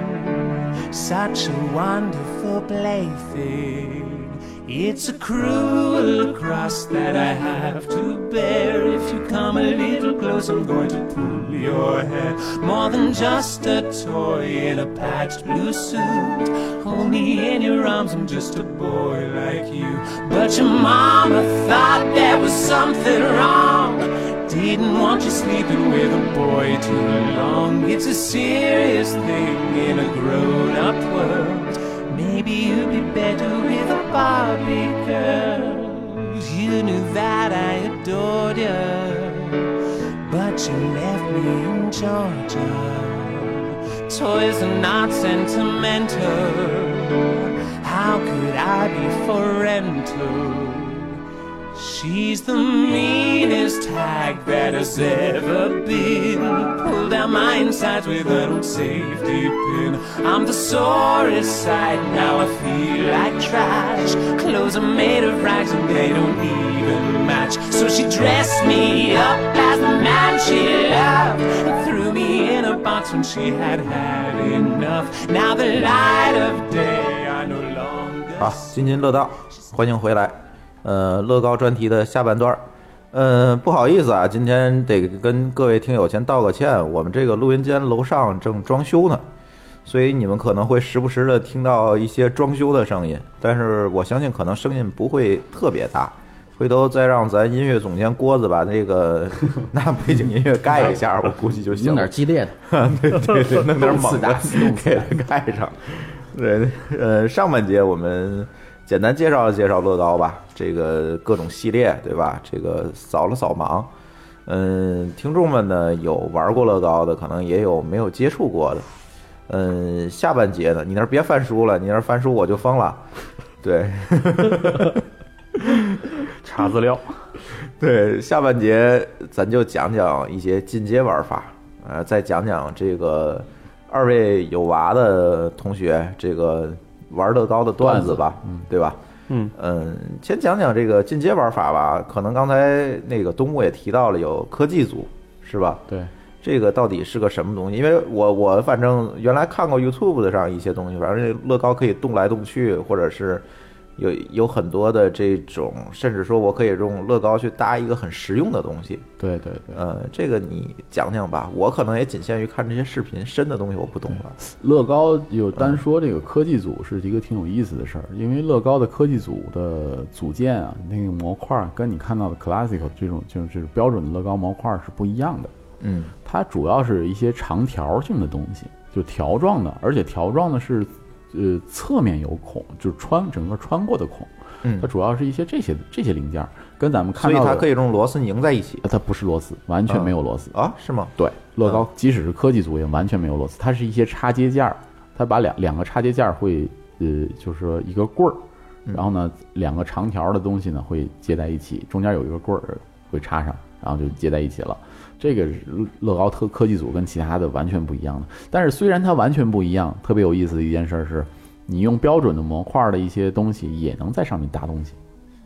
such a wonderful plaything. It's a cruel cross that I have to bear. If you come a little close, I'm going to pull your hair. More than just a toy in a patched blue suit. Hold me in your arms, I'm just a boy like you. But your mama thought there was something wrong. Didn't want you sleeping with a boy too long. It's a serious thing in a grown up world. Maybe you'd be better with a Barbie girl. You knew that I adored you, but you left me in Georgia. Toys are not sentimental. How could I be for rental? She's the meanest hag that has ever been. Pull down my insides with an old safety pin. I'm the sorest sight, now I feel like trash. Clothes are made of rags and they don't even match. So she dressed me up as the man she loved. and Threw me in a box when she had had enough. Now the light of day I no longer 好，津津乐道，欢迎回来。呃，乐高专题的下半段儿。呃，不好意思啊，今天得跟各位听友先道个歉，我们这个录音间楼上正装修呢，所以你们可能会时不时的听到一些装修的声音，但是我相信可能声音不会特别大。回头再让咱音乐总监郭子把那个 那背景音乐盖一下，我估计就行弄了点。激烈的， 对对对，弄点猛的动次打动次给它盖上。对，呃，上半节我们简单介绍了介绍乐高吧，这个各种系列，对吧？这个扫了扫盲。嗯，听众们呢有玩过乐高的，可能也有没有接触过的。嗯，下半节呢，你那儿别翻书了，你那儿翻书我就疯了。对， 查资料，对，下半节咱就讲讲一些进阶玩法，呃，再讲讲这个二位有娃的同学这个玩乐高的段子吧，对吧？嗯嗯，先讲讲这个进阶玩法吧。可能刚才那个东木也提到了有科技组，是吧？对，这个到底是个什么东西？因为我我反正原来看过 YouTube 的上一些东西，反正乐高可以动来动去，或者是有有很多的这种，甚至说我可以用乐高去搭一个很实用的东西。对对对，呃，这个你讲讲吧，我可能也仅限于看这些视频，深的东西我不懂了。乐高有单说这个科技组是一个挺有意思的事儿，因为乐高的科技组的组件啊，那个模块儿跟你看到的 classic 这种就是这种标准的乐高模块儿是不一样的，嗯它主要是一些长条性的东西，就条状的，而且条状的是呃侧面有孔，就是穿整个穿过的孔，嗯它，主要是一些这些这些零件儿，跟咱们所看以到它的可以用螺丝拧在一起呃它不是螺丝，完全没有螺丝，啊？是吗？对，乐高即使是科技组也完全没有螺丝，它是一些插接件儿，它把两两个插接件儿会呃，就是说一个棍儿，然后呢两个长条的东西呢会接在一起，中间有一个棍儿会插上，然后就接在一起了。这个是乐高特科技组跟其他的完全不一样的，但是虽然它完全不一样，特别有意思的一件事儿是，你用标准的模块儿的一些东西也能在上面搭东西。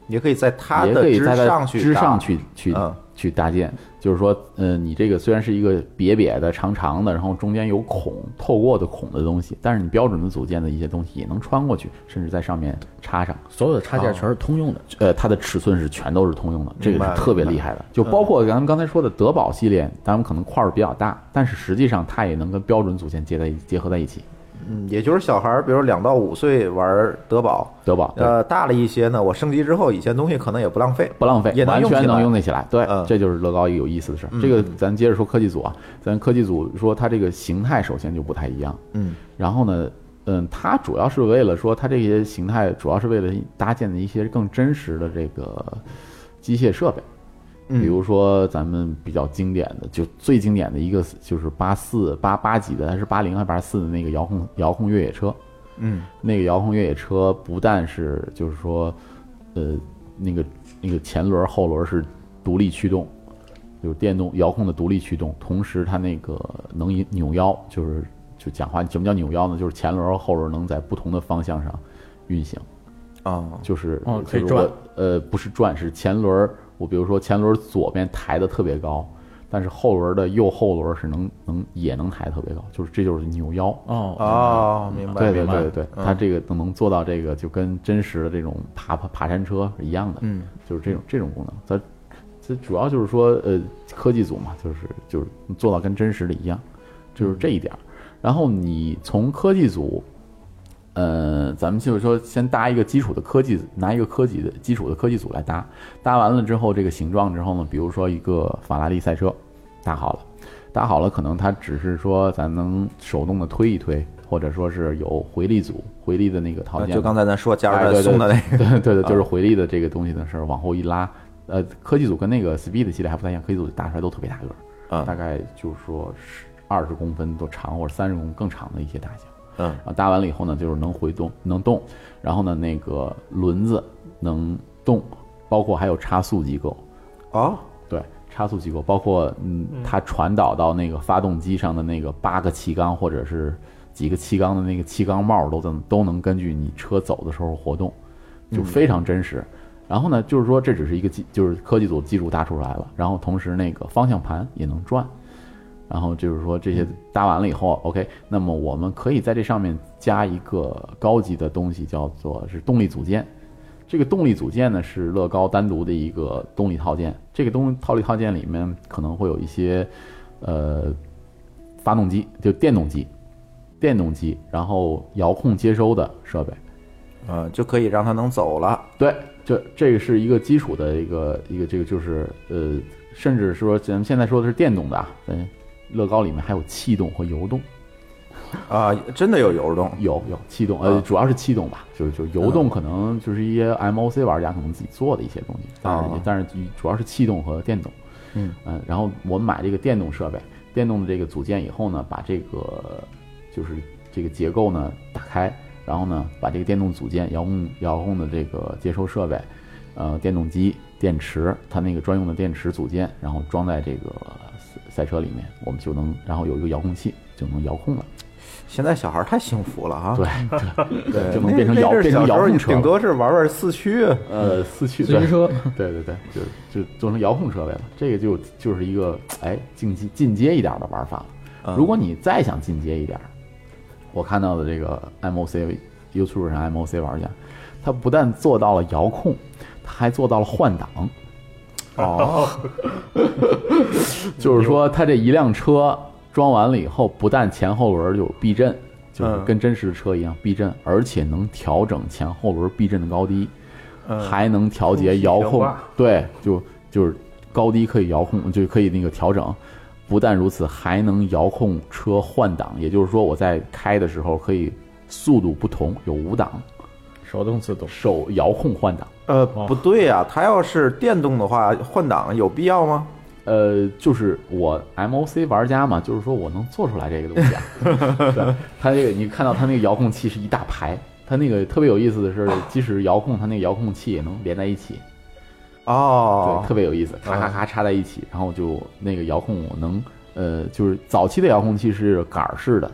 也可以在它也的可以之在它上去之搭上去去、嗯去搭建，就是说，呃，你这个虽然是一个瘪瘪的、长长的，然后中间有孔、透过的孔的东西，但是你标准的组件的一些东西也能穿过去，甚至在上面插上。所有的啊插件全是通用的。呃，它的尺寸是全都是通用的，这明个白嗯是了特别厉害的。就包括咱们刚才说的德宝系列，咱们可能块儿比较大，但是实际上它也能跟标准组件结在一结合在一起。嗯，也就是小孩儿，比如两到五岁玩德宝，德宝对呃，大了一些呢，我升级之后，以前东西可能也不浪费，不浪费，也能完用全起能来用得起来。对，嗯这就是乐高一个有意思的事儿。这个咱接着说科技组啊，咱科技组说它这个形态首先就不太一样，嗯，然后呢，嗯，它主要是为了说它这些形态主要是为了搭建的一些更真实的这个机械设备。嗯比如说，咱们比较经典的，就最经典的一个就是八四八八几的，还是八零还是八四的那个遥控遥控越野车，嗯，那个遥控越野车不但是就是说，呃，那个那个前轮后轮是独立驱动，就是电动遥控的独立驱动，同时它那个能一扭腰，就是就讲话什么叫扭腰呢？就是前轮和后轮能在不同的方向上运行，啊，就是哦可以就是我转呃，不是转是前轮儿，我比如说前轮儿左边抬得特别高，但是后轮的右后轮是能能也能抬特别高，就是这就是扭腰。哦，啊哦，明白，对对明白对对对，嗯它这个能能做到这个，就跟真实的这种爬爬爬山车是一样的，嗯，就是这种这种功能。它它主要就是说，呃，科技组嘛，就是就是做到跟真实的一样，就是这一点儿。然后你从科技组，呃，咱们就是说先搭一个基础的科技，拿一个科技的基础的科技组来搭，搭完了之后，这个形状之后呢，比如说一个法拉利赛车，搭好了。搭好了，可能它只是说咱能手动的推一推，或者说是有回力组回力的那个套嗯件，就刚才咱说加哎入对带对松的那个，对对对，啊就是回力的这个东西的事儿，往后一拉，呃，科技组跟那个 Speed 系列还不太一样，科技组打出来都特别大个儿，嗯大概就是说十二十公分多长，或者三十公分更长的一些大小。嗯，啊，搭完了以后呢，就是能回动，能动，然后呢，那个轮子能动，包括还有差速机构， 哦，对，差速机构，包括嗯嗯，它传导到那个发动机上的那个八个气缸或者是几个气缸的那个气缸帽都能都能根据你车走的时候活动，就非常真实。然后呢，就是说这只是一个技，就是科技组技术搭出来了，然后同时那个方向盘也能转。然后就是说这些搭完了以后，OK，那么我们可以在这上面加一个高级的东西，叫做是动力组件。这个动力组件呢是乐高单独的一个动力套件，这个动力套力套件里面可能会有一些，呃，发动机就电动机，电动机，然后遥控接收的设备，嗯，就可以让它能走了，对，这这个是一个基础的一个一个这个就是呃，甚至说咱们现在说的是电动的啊，嗯，乐高里面还有气动和油动，啊，真的有油动，有有气动，呃，啊嗯主要是气动吧，就是就是油动可能就是一些 MOC 玩家可能自己做的一些东西，但是、啊但是主要是气动和电动，嗯呃然后我买这个电动设备，电动的这个组件以后呢，把这个就是这个结构呢打开，然后呢把这个电动组件、遥控遥控的这个接收设备，呃，电动机、电池，它那个专用的电池组件，然后装在这个赛赛车里面，我们就能然后有一个遥控器就能遥控了。现在小孩太幸福了啊！ 对对就能那变成那遥阵儿变成小时候遥控你车顶了多是玩玩四驱，呃，四驱自行车，对对对，就就做成遥控车位了。这个就就是一个哎进进进阶一点的玩法嗯了。如果你再想进阶一点，我看到的这个 MOC YouTube 上 MOC 玩家，他不但做到了遥控，他还做到了换挡。 哦，就是说，他这一辆车装完了以后，不但前后轮有避震，就是嗯跟真实的车一样避震，而且能调整前后轮避震的高低，嗯还能调节遥空气悬控挂。对，就就是高低可以遥控，就可以那个调整。不但如此，还能遥控车换挡，也就是说，我在开的时候可以速度不同，有五档，手动自动，手遥控换挡。呃，不对呀、它要是电动的话，换挡有必要吗？呃，就是我 MOC 玩家嘛，就是说我能做出来这个东西啊。对它这个你看到它那个遥控器是一大排，它那个特别有意思的是，即使遥控，它那个遥控器也能连在一起，哦对，，特别有意思，咔咔咔插在一起，然后就那个遥控我能，呃，就是早期的遥控器是杆儿式的，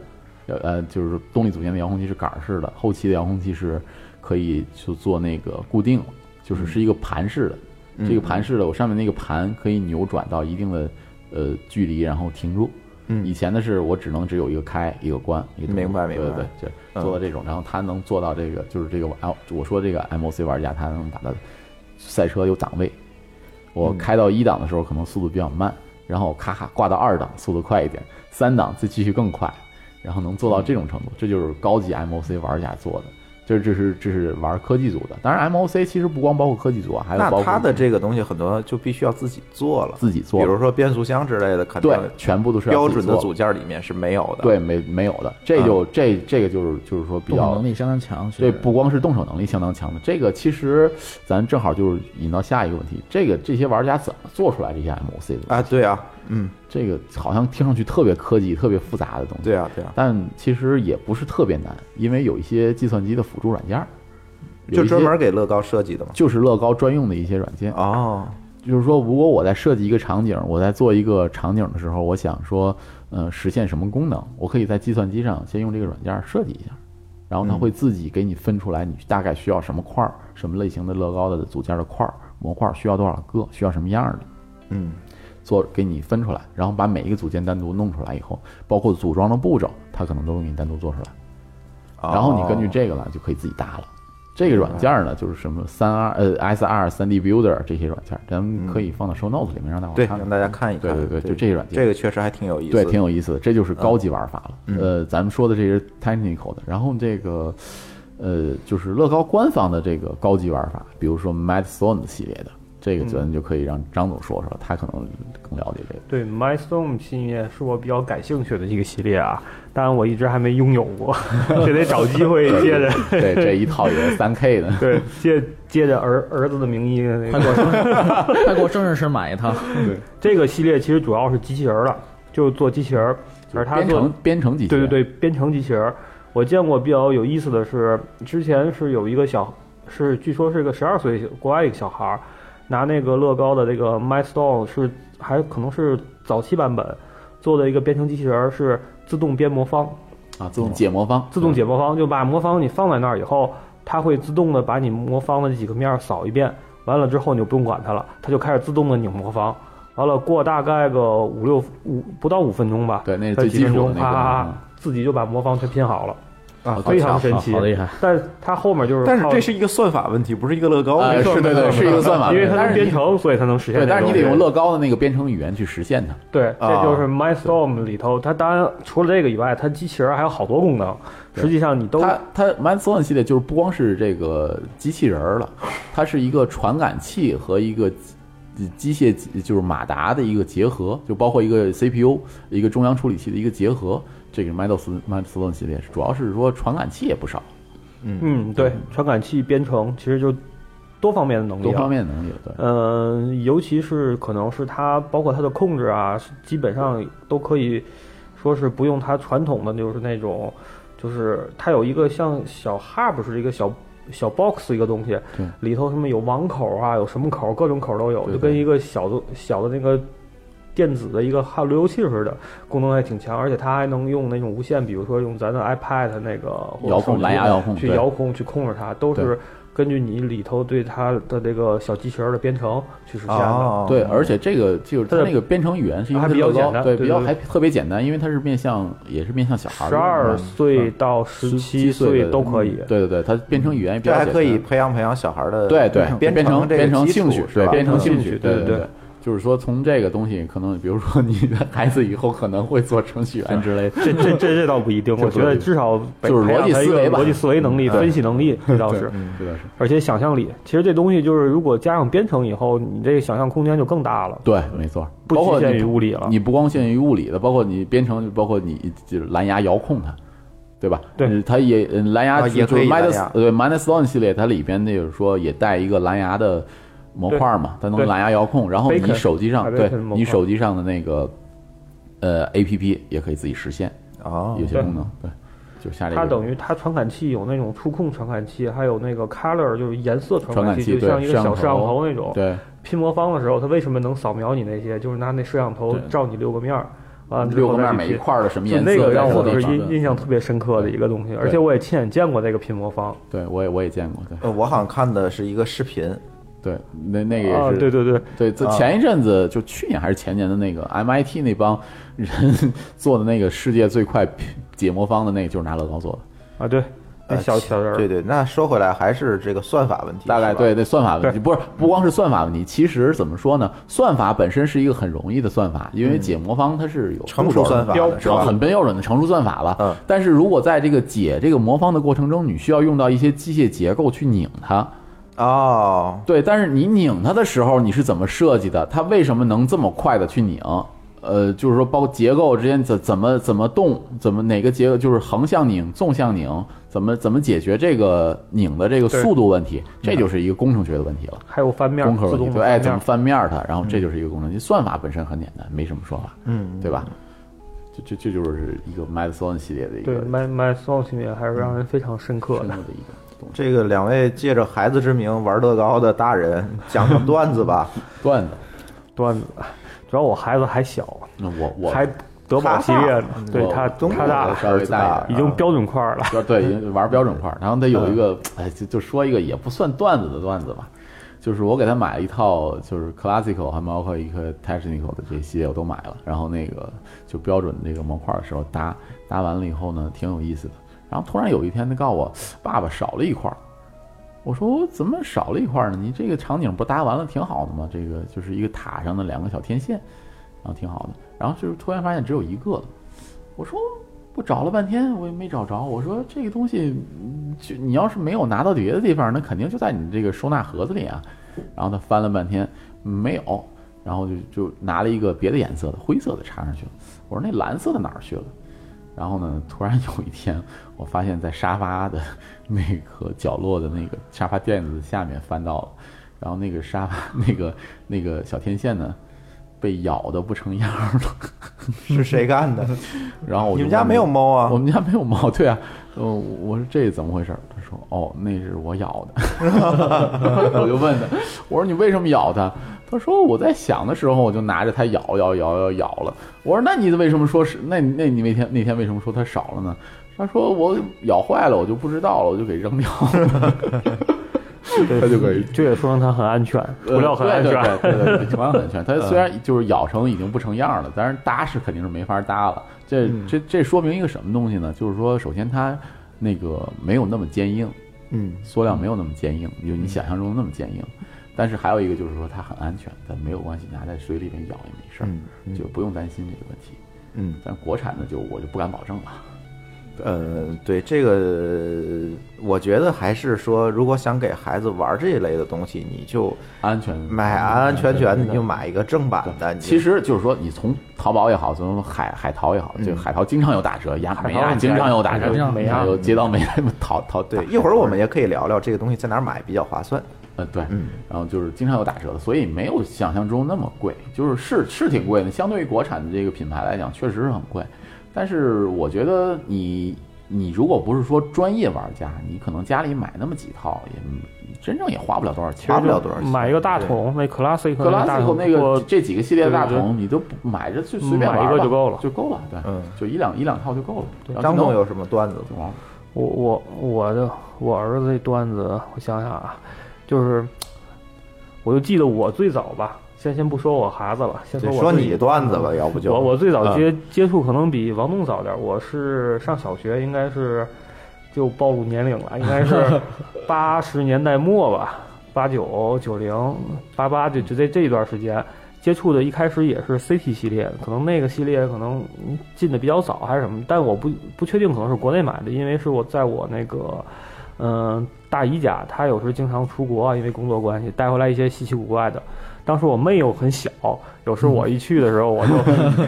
呃呃，就是动力组件的遥控器是杆儿式的，后期的遥控器是可以就做那个固定了，就是是一个盘式的，嗯这个盘式的，我上面那个盘可以扭转到一定的呃距离，然后停住。嗯以前的是我只能只有一个开一个关，一个明白明白对对对，就嗯做到这种，然后他能做到这个，就是这个啊，我说这个 MOC 玩家，他能把它赛车有档位，嗯我开到一档的时候可能速度比较慢，然后咔咔挂到二档速度快一点，三档再继续更快，然后能做到这种程度，这就是高级 MOC 玩家做的。这这是这是玩科技组的，当然 MOC 其实不光包括科技组啊，还有那包括它的这个东西很多就必须要自己做了，自己做比的，如说变速箱之类的，肯定对，全部都是要标自己准的做组件嗯里面是没有的。对，没没有的，这就、这这个就是就是说比动手较能力相当强，其对， 实不光 是动手能力相当强的，这个其实咱正好就是引到下一个问题，这个这些玩家怎么做出来这些 MOC 的？啊，对啊，嗯，这个好像听上去特别科技、特别复杂的东西，对啊，对啊，但其实也不是特别难，因为有一些计算机的辅助软件儿，有就一些专门给乐高设计的嘛。就是乐高专用的一些软件。哦，就是说，如果我在设计一个场景，我在做一个场景的时候，我想说，呃，实现什么功能，我可以在计算机上先用这个软件设计一下，然后它嗯会自己给你分出来，你大概需要什么块儿，什么类型的乐高的组件的块儿模块需要多少个，需要什么样儿的。嗯，做给你分出来，然后把每一个组件单独弄出来以后，包括组装的步骤，它可能都给你单独做出来。然后你根哦据这个呢，就可以自己搭了。这个软件呢，就是什么三二呃 S 二三 D Builder 这些软件，咱们可以放到 Show Notes 里面让大伙对看看，让大家看一看，对对对就这些软件这个确实还挺有意思的，对，挺有意思的，这就是高级玩法了。嗯呃，咱们说的这些 technical 的，然后这个呃，就是乐高官方的这个高级玩法，比如说 Mad Stone 系列的，这个咱就可以让张总说说，他可能更了解这个。对 My Storm 系列是我比较感兴趣的一个系列啊，当然我一直还没拥有 过，这得找机会接着。，对，这一套也是三 K 的 对，接接着儿儿子的名义那快个，过生 日，快过生日时买一套。这个系列其实主要是机器人儿了，就做机器人儿，而他编做程编程机器，对对，对，编程机器人儿。我见过比较有意思的是，之前是有一个小，是据说是个十二岁国外一个小孩儿，拿那个乐高的这个 My Stone 是还可能是早期版本做的一个编程机器人儿，是自动编魔方，啊，自动解魔方，自动解魔方，就把魔方你放在那儿以后，它会自动的把你魔方的这几个面儿扫一遍，完了之后你就不用管它了，它就开始自动的拧魔方。完了，过大概个五六五不到五分钟吧，对那是它最几分基础钟，的那个啪啪嗯啪，自己就把魔方全拼好了，啊非常神奇好厉害！但是它后面就是靠，但是这是一个算法问题，不是一个乐高哦啊，问题。是对对，是一个算法，因为它但能是你编程，所以它能实现对，这个但东西。是你得用乐高的那个编程语言去实现它。对，这啊就是 My Storm 里头，它当然除了这个以外，它机器人还有好多功能，实际上你都它它 Mind s o n 系列就是不光是这个机器人儿了，它是一个传感器和一个机机械就是马达的一个结合，就包括一个 CPU 一个中央处理器的一个结合。这个 Mind s o n Mind s o n 系列主要是说传感器也不少，嗯，对，传感器编程其实就多方面的能力、啊多方。面能力。对，嗯、尤其是可能是它，包括它的控制啊，是基本上都可以说是不用它传统的就是那种，就是它有一个像小 hub 是一个小小 box 一个东西对，里头什么有网口啊，有什么口，各种口都有，对就对跟一个小的小的那个电子的一个哈路由器似的，功能还挺强，而且它还能用那种无线，比如说用咱的 iPad 那个或者遥控手机啊蓝牙遥控去对遥控去控制它，都对是根据你里头对它的这个小机器人的编程去实现的。哦，对，而且这个就是它它的那个编程语言是因为还它比较乐高简单对，对比较对还特别简单，因为它是面向也是面向小孩儿十的嗯二岁到十十七岁岁的嗯都可以。对对对，它编程语言也比这较还简单可以培养培养小孩的对对，编编程程这编个程基础兴趣，是对吧？嗯编程兴趣，趣对对对对对。就是说，从这个东西，可能比如说你的孩子以后可能会做程序员之类的，这这这这倒不 一定，我觉得至少就是培养逻辑他一思维个吧逻辑思维能力、嗯对分析 能力，这倒是，这嗯倒是。而且想象力。其实这东西就是，如果加上编程以后，你这个想象空间就更大了，对，没错。不包括局限你于物理了。你不光限于物理的，包括你编程，包括你就是蓝牙遥控它，对吧？对嗯，它也呃蓝牙啊也就可是以 m i 蓝 n 牙对 m i n u s o n 系列，它里边那就是说也带一个蓝牙的模块嘛，它能对蓝牙遥控，然后你 Bacon，手机上啊对 Bacon 模块你手机上的那个呃 A P P 也可以自己实现哦有，些对功能，对，就下这个。它等于它传感器有那种触控传感器，还有那个 color 就是颜色传传感感器就像对一个小摄摄像像头头那种。对拼魔方的时候，它为什么能扫描你那些？就是拿那摄像头对照你六个面儿，啊，六个面儿每一块儿的什么就颜色，那个让在我特定是方印面印象特别深刻的一个东西，而且我也亲眼见过那个拼魔方。对我也我也见过，对哦呃我好像看的是一个视频，对，那那个也啊，是对对对，对，这啊前一阵子就去年还是前年的那个 MIT 那帮人做的那个世界最快解魔方的那个，就是拿乐高做的，啊对，呃哎那小小人儿，对对，那说回来还是这个算法问题，大概是吧对对算法问题，对不是不光是算法问题，其实怎么说呢？算法本身是一个很容易的算法，因为解魔方它是有成步骤熟的算法标的是吧很标准的成熟算法了。嗯但是如果在这个解这个魔方的过程中，你需要用到一些机械结构去拧它，哦，对，但是你拧它的时候，你是怎么设计的？它为什么能这么快的去拧？呃，就是说，包括结构之间怎怎么怎么动，怎么哪个结构就是横向拧、纵向拧，怎么怎么解决这个拧的这个对速度问题？这就是一个工程学的问题了，还有翻面儿工科自问动题。对，的哎，怎么翻面儿。嗯翻面儿它？然后这就是一个工程。算法本身很简单，没什么说法，嗯，对吧？这这这就是一个 m a d s o n 系列的一个对，My My Song 系列还是让人非常深刻深入的。的一个东西这个两位借着孩子之名玩乐高的大人，讲讲段子 吧。段子。段子，主要我孩子还小，那我我还德宝系列呢，对我他中他国大的稍微儿子大一点大儿已经标准 块儿了。标对玩标准块儿，然后他有一个，哎，就就说一个也不算段子的段子吧，就是我给他买了一套，就是 classical 还包括一个 technical 的这些我都买了，然后那个就标准这个模块的时候搭搭完了以后呢，挺有意思的。然后突然有一天他告诉我，爸爸少了一块儿。我说怎么少了一块儿呢？你这个场景不搭完了挺好的吗？这个就是一个塔上的两个小天线，然后挺好的。然后就是突然发现只有一个了。我说我找了半天我也没找着。我说这个东西，嗯就你要是没有拿到别的地方，那肯定就在你这个收纳盒子里啊。然后他翻了半天没有，然后就就拿了一个别的颜色的灰色的插上去了。我说那蓝色的哪儿去了？然后呢，突然有一天，我发现在沙发的那个角落的那个沙发垫子下面翻到了，然后那个沙发那个那个小天线呢，被咬的不成样儿了。是谁干的？然后我就你们家问没有猫啊我们家没有猫，对啊。呃，我说这怎么回事儿？他说哦，那是我咬 的。 我就问他，我说你为什么咬它？他说我在想的时候，我就拿着它咬咬咬咬咬了。我说那你为什么说是那那你那天那天为什么说它少了呢？他说我咬坏了，我就不知道了，我就给扔掉了。他就可以这也说明它很安全，涂料很安全。呃对对对对对，涂料很安全。它虽然就是咬成已经不成样了，但是搭是肯定是没法搭了。这这这说明一个什么东西呢？就是说，首先它那个没有那么坚硬，嗯，塑料没有那么坚硬，就你想象中的那么坚硬。但是还有一个就是说它很安全，它没有关系，拿在水里面咬也没事儿，嗯就不用担心这个问题。嗯，但国产的就我就不敢保证了。呃，对这个，我觉得还是说，如果想给孩子玩这一类的东西，你就安全买安安全全的，你就买一个正版的。你就其实就是说，你从淘宝也好，从海海淘也好，嗯这个海淘经常有打折，亚淘美亚很经便宜常有打折海淘经，常美亚有街道美亚有 淘淘对，打嗯啊一会儿我们也可以聊聊这个东西在哪儿买比较划算。呃对，嗯然后就是经常有打折的，所以没有想象中那么贵，就是是是挺贵的，相对于国产的这个品牌来讲，确实是很贵。但是我觉得你你如果不是说专业玩家，你可能家里买那么几套也嗯真正也花不了多少钱，花不了多少钱买一个大桶，那 classic 嗯格拉大斯口桶那个或这几个系列的大对对桶，你都不买着就随便玩买一个吧就够了就够了。对，嗯就一两一两套就够了。然后张就总弄有什么段子吗？玩儿我我我的我儿子这段子，我想想啊，就是，我就记得我最早吧，先先不说我孩子了，先就我说自己你段子吧，要不就我我最早嗯接、接触可能比王东早点儿，我是上小学，应该是就暴露年龄了，应该 是八十年代末吧，八九九零八八就就在这一段时间接触的，一开始也是 CT 系列，可能那个系列可能嗯进的比较早还是什么，但我不不确定，可能是国内买的，因为是我在我那个嗯、大姨家，她有时候经常出国啊，因为工作关系带回来一些稀奇古怪的。当时我妹又很小，有时候我一去的时候，我就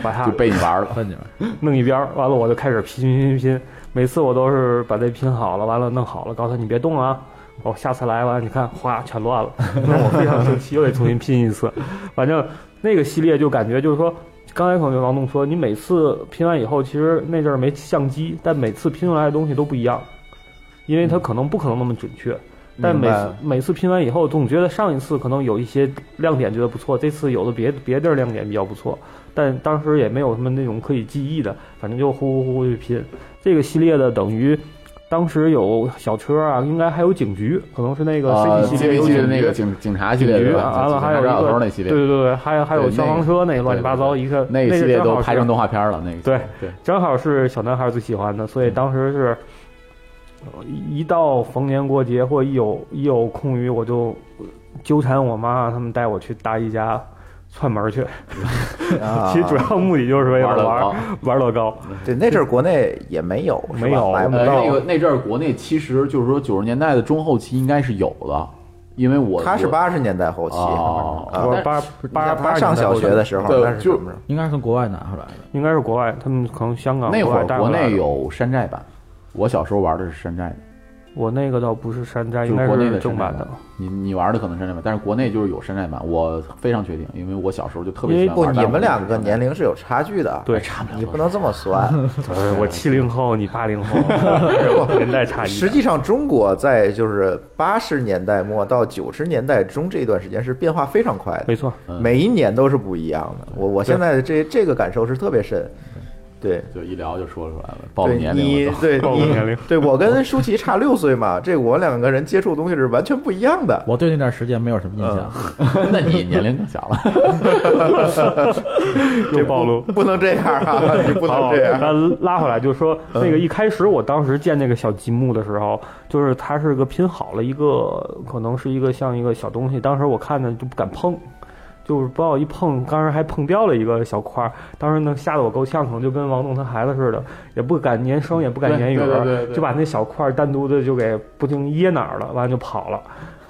把她 就被你玩 儿了。问你们，弄一边儿，完了我就开始拼拼拼拼，每次我都是把这拼好了，完了弄好了，告诉他你别动啊，我、下次来完了你看哗全乱 了，那我非常生气，又得重新拼一次。反正那个系列就感觉就是说，刚才可能王栋说，你每次拼完以后，其实那阵儿没相机，但每次拼出来的东西都不一样，因为它可能不可能那么准确。但嗯每明白次每次拼完以后，总觉得上一次可能有一些亮点觉得不错，这次有的别别地儿亮点比较不错，但当时也没有什么那种可以记忆的，反正就呼呼呼去拼。这个系列的等于当时有小车啊，应该还有警局，可能是那个啊 CT 系列有系警列局那个警警察系警列局的，啊，完了还有一警察小偷个那系列，对对对，还有还有对消那防个车那乱七八糟一个那个个系列正都好拍是成动画片儿了。那个对对，正好是小男孩最喜欢的，所以当时是，呃一一到逢年过节或一有一有空余，我就纠缠我妈，他们带我去大姨家串门去。啊其实主要目的就是为了玩乐玩 高玩乐高。对那阵儿国内也没 有，是吧没有买不呃，那个到。那阵儿国内其实就是说九十年代的中后期应该是有的，因为我他是我八十年代后期，哦啊我八八八他上小学的时候，对那是什就么时候？应该是从国外拿出来的。应该是国外，他们可能香港那会儿啊带国回来的内，有山寨版，我小时候玩的是山寨的。我那个倒不是山寨，就应是该国内的是正版山寨的。你你玩的可能山寨版，但是国内就是有山寨版，我非常确定，因为我小时候就特别喜欢不，玩。你们两个年龄，龄是有差距的，对，你不能这么算。 呃我七零后，你八 零后，年代差异。实际上，中国在就是八十年代末到九十年代中这一段时间是变化非常快的，没错，嗯每一年都是不一样的。我我现在这这个感受是特别深。对，就一聊就说出来了，暴露对年龄你了都。对暴露年龄你对我跟舒淇差六岁 嘛，这我两个人接触的东西是完全不一样的。我对那段时间没有什么印象。 那你年龄更小了，又暴露。不能这样 啊！你不能哦，这样。嗯那拉回来就是说，那个一开始我当时建那个小积木的时候，就是它是个拼好了一个，可能是一个像一个小东西，当时我看着就不敢碰。就是不好一碰，当时还碰掉了一个小块儿，当时能吓得我够呛，可能就跟王栋他孩子似的，也不敢粘生，也不敢对粘圆对对对，对就把那小块儿单独的就给不停掖哪儿了，完了就跑了。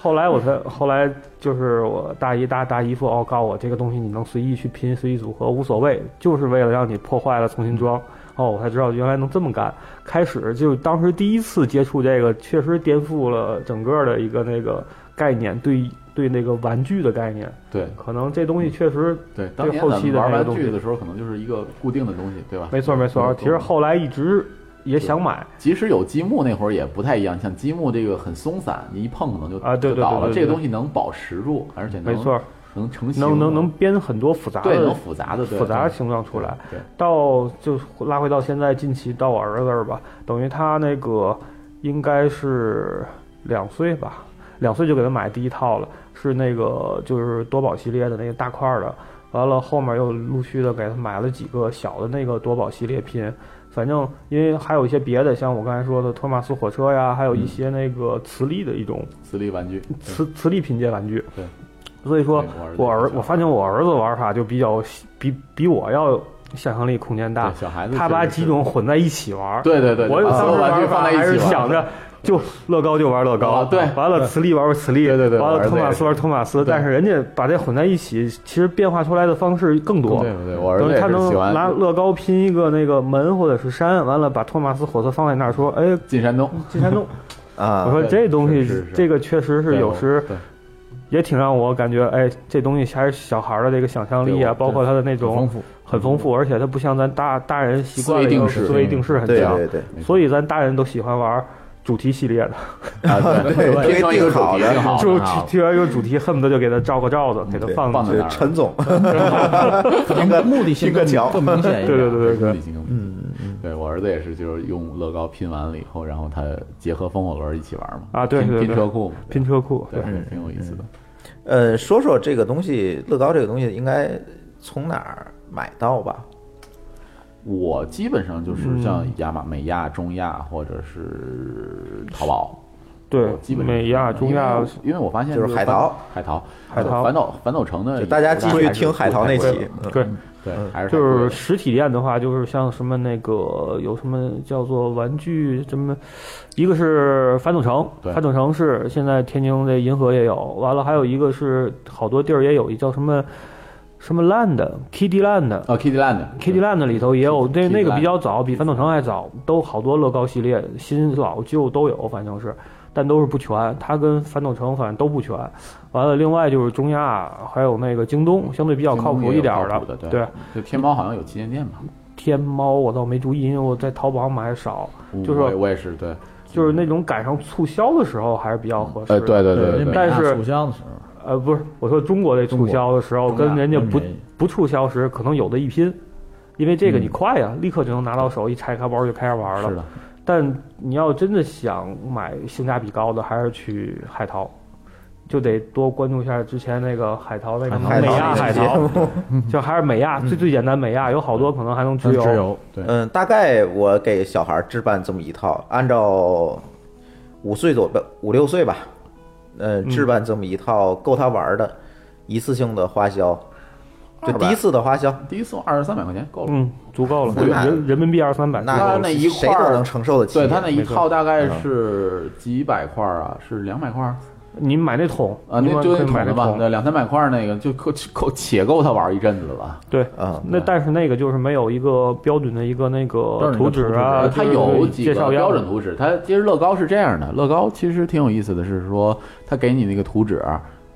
后来我才，后来就是我大姨大大姨父哦告诉我，这个东西你能随意去拼，随意组合，无所谓，就是为了让你破坏了重新装。哦，我才知道原来能这么干。开始就当时第一次接触这个，确实颠覆了整个的一个那个概念，对对那个玩具的概念。对可能这东西确实对，当年后咱期们的玩那玩个东西具的时候，可能就是一个固定的东西，对吧？没错没错。嗯其实后来一直也想买，即使有积木那会儿也不太一样，像积木这个很松散，你一碰可能就啊对对就倒了。对对对这个东西能保持住，而且能没错，能成型，能能能编很多复杂对能的复杂的对复杂的对形状出来。对，到就拉回到现在近期到我儿子这儿吧，等于他那个应该是两岁吧，两岁就给他买第一套了，是那个就是多宝系列的那个大块儿的，完了后面又陆续的给他买了几个小的那个多宝系列拼。反正，因为还有一些别的，像我刚才说的托马斯火车呀，还有一些那个磁力的一种磁力玩具，磁磁力拼接玩具。对，所以说对我儿子也我儿是我发现我儿子玩法就比较比比我要想象力空间大对，小孩子他确把实几是种混在一起玩儿。 对对对，我有把当所时有玩具玩放法在一起还是玩想着。就乐高就玩乐高，啊对完了磁力玩磁力，对对对完我儿了子托马斯也玩托马斯，但是人家把这混在一起，其实变化出来的方式更多。对对对，我儿等子于也他是能喜拿欢乐高拼一个那个门或者是山，完了把托马斯火车放在那儿，说：“哎，进山东。进 山洞。”啊我，说对这东西是是是这个确实 是对有我时对也挺让我感觉，哎，这东西还是小孩儿的这个想象力对啊，我包括他的那种丰富很丰富，而且他不像咱大大人习嗯思惯维了以后定式嗯思维定式很对强，对对所以咱大人都喜欢玩主题系列的，啊， 对对这天个生一个定好手机的挺好就的 啊提完一个主题，恨不得就给他照个罩子，给他对放放进在去。哪对儿陈总， 可能目的性拼个更桥更明显一点。对对对对对 对，嗯嗯，对我儿子也是，就是用乐高拼完了以后，然后他结合风火轮一起玩嘛，啊对拼对对拼车库嘛，拼车库，嗯对，对挺有意思的。呃，说说这个东西，乐高这个东西应该从哪儿买到吧？我基本上嗯就是像亚马、美亚、中亚或者是淘宝，对我基，本上嗯美亚、中亚因为我，因为我发现就是这个海反淘，海淘，海淘反斗反斗城就的，大家继续听海淘那期，期。嗯对，对，还是太就贵了是实体店的话，就是像什么那个有什么叫做玩具什么，一个是反斗城，对反斗城是现在天津的银河也有，完了还有一个是好多地儿也有，一叫什么什么 land，Kitty Land。哦，Kitty Land Kitty Land 里头也有，那 Kitty 那个 Land 比较早，比翻斗城还早，都好多乐高系列，新老旧都有，反正是，但都是不全。它跟翻斗城反正都不全。完了，另外就是中亚，还有那个京东，相对比较靠谱一点儿京东也有靠谱的对对，就天猫好像有旗舰店吧？天猫我倒没注意，因为我在淘宝上买的少，就是我也我也是对，就是那种赶上促销的时候还是比较合适。呃，对对对对人家对，但美亚是促销的时候，呃，不是，我说中国这促销的时候中国跟人家不中国不促销时，可能有的一拼，因为这个你快呀，立刻就能拿到手，一拆开包就开始玩了。嗯是的，但你要真的想买性价比高的，还是去海淘，就得多关注一下之前那个海淘那个海美淘亚海海淘淘，就还是美亚最最简单，美亚有好多可能还能直直邮。邮对嗯，大概我给小孩置办这么一套，按照五岁左右、五六岁吧，呃，置办这么一套够他玩的，一次性的花销，就200第一次的花销，第一次二十三百块钱够了。嗯，足够了，那人人民币二三百。那他就那一谁块都儿能承受得起。对他那一没错嗯套大概是几百块儿啊，是两百块儿你买那桶啊，你那就那可以买桶那子吧，桶。对，两三百块儿那个就够够且够他玩一阵子了吧。对，啊，那但是那个就是没有一个标准的一个那标个准的图纸啊，图它就是有几介个绍标样准子。图纸，它其实乐高是这样的，乐高其实挺有意思的是说，它给你那个图纸，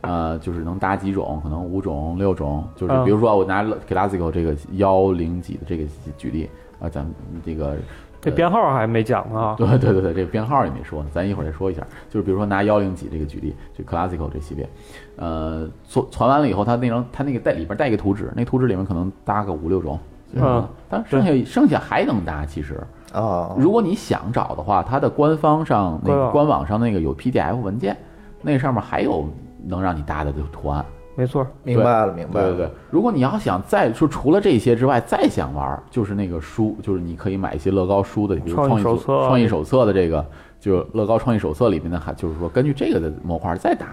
呃，就是能搭几种，可能五种、六种，就是嗯比如说我拿 c l a s s i c 这个幺零几的这个举例啊、咱们这个这编号还没讲呢啊，对对对对，这个编号也没说呢，咱一会儿再说一下。就是比如说拿幺零几这个举例，就 Classical 这系列，呃，做传完了以后，它那张它那个带里边带一个图纸，那图纸里面可能搭个五六种，基本上嗯但剩下剩下还能搭，其实啊，如果你想找的话，它的官方上那官个网官网上那个有 PDF 文件，那上面还有能让你搭的图案。没错儿，明白了，明白对了，对对，如果你要想再说除了这些之外，再想玩儿，就是那个书，就是你可以买一些乐高书的，比如创创意意手手册啊创意手册的这个，就乐高创意手册里面的，还就是说根据这个的模块再打，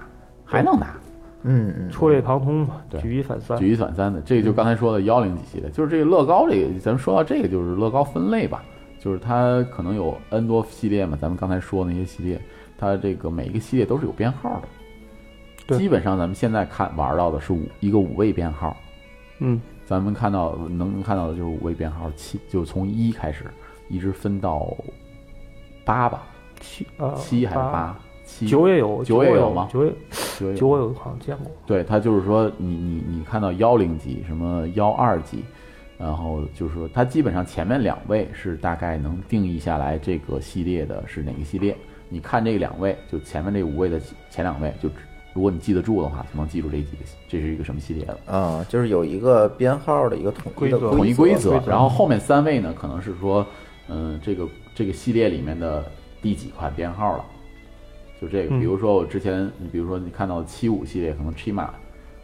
还能打，嗯嗯，触类旁通嘛，对举一反三。举一反三的。这就嗯刚才说的幺零几系列，就是这个乐高这个，咱们说到这个就是乐高分类吧，就是它可能有 N 多系列嘛，咱们刚才说的那些系列，它这个每一个系列都是有编号的，对基本上咱们现在看玩到的是五一个五位编号。嗯，咱们看到能看到的就是五位编号七，就从一开始一直分到八吧，七啊，七还是八？七九也有，九也有吗九也九也九我有。有好像见过。对，它就是说你你你看到幺零级什么幺二级，然后就是说它基本上前面两位是大概能定义下来这个系列的是哪个系列。你看这两位，就前面这五位的前两位，就只如果你记得住的话，就能记住这几个这是一个什么系列了。啊，就是有一个编号的一个统一的规则统一规则规。然后后面三位呢，可能是说，嗯、这个这个系列里面的第几款编号了，就这个。嗯比如说我之前，比如说你看到七五系列，可能 Chima，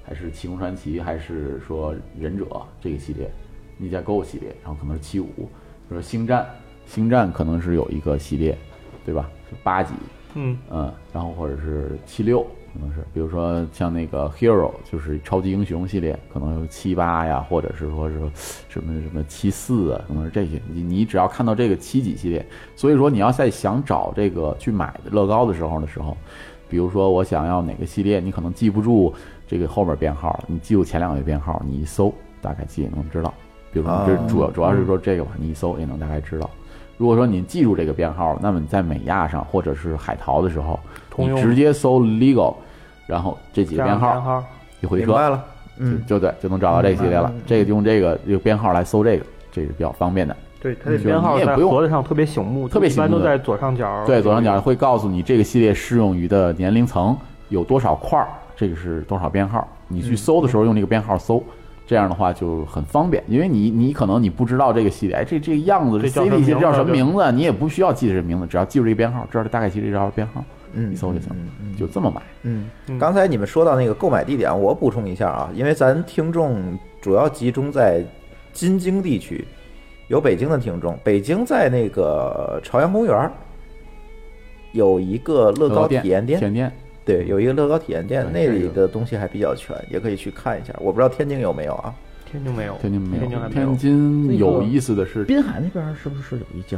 还是七龙传奇，还是说忍者这个系列，逆加 Go 系列，然后可能是七五，比如说星战，星战可能是有一个系列，对吧？八级，嗯，嗯，然后或者是七六，可能是，比如说像那个 Hero，就是超级英雄系列，可能有七八呀，或者是说是什么什么七四啊，可能是这些。你你只要看到这个七几系列，所以说你要在想找这个去买乐高的时候的时候，比如说我想要哪个系列，你可能记不住这个后面编号，你记住前两位编号，你一搜大概记也能知道。比如说，这啊主要主要是说这个吧，你一搜也能大概知道。如果说你记住这个编号了，那么你在美亚上或者是海淘的时候，通你用直接搜 legal，然后这几个加编上编号号，一回明车，白了，嗯，就就对，就能找到这个系列了明白了。这个用这个这个编号来搜这个，这是比较方便的。对，它嗯的就编号你也在不用盒子上特别醒目，特别一般醒目都的在左上角。对，左上角会告诉你这个系列适用于的年龄层有多少块儿，这个是多少编号。你去搜的时候用这个编号搜，这样的话就很方便，因为你你可能你不知道这个系列，哎，这这个样子这叫 CD 什么系列名字叫什么对名字，啊你也不需要记得这名字，只要记住这个编号，知道这大概其实这叫编号，嗯你搜就行嗯嗯，就这么买。嗯，嗯刚才你们说到那个购买地点，我补充一下啊，因为咱听众主要集中在京津地区，有北京的听众，北京在那个朝阳公园儿有一个乐高体验店体店，验店，对，有一个乐高体验店，对那这里个的东西还比较全，也可以去看一下。我不知道天津有没有啊？天津没有，天津没天津有还，没有天，津那有个意思的是，滨海那边是不是有一家？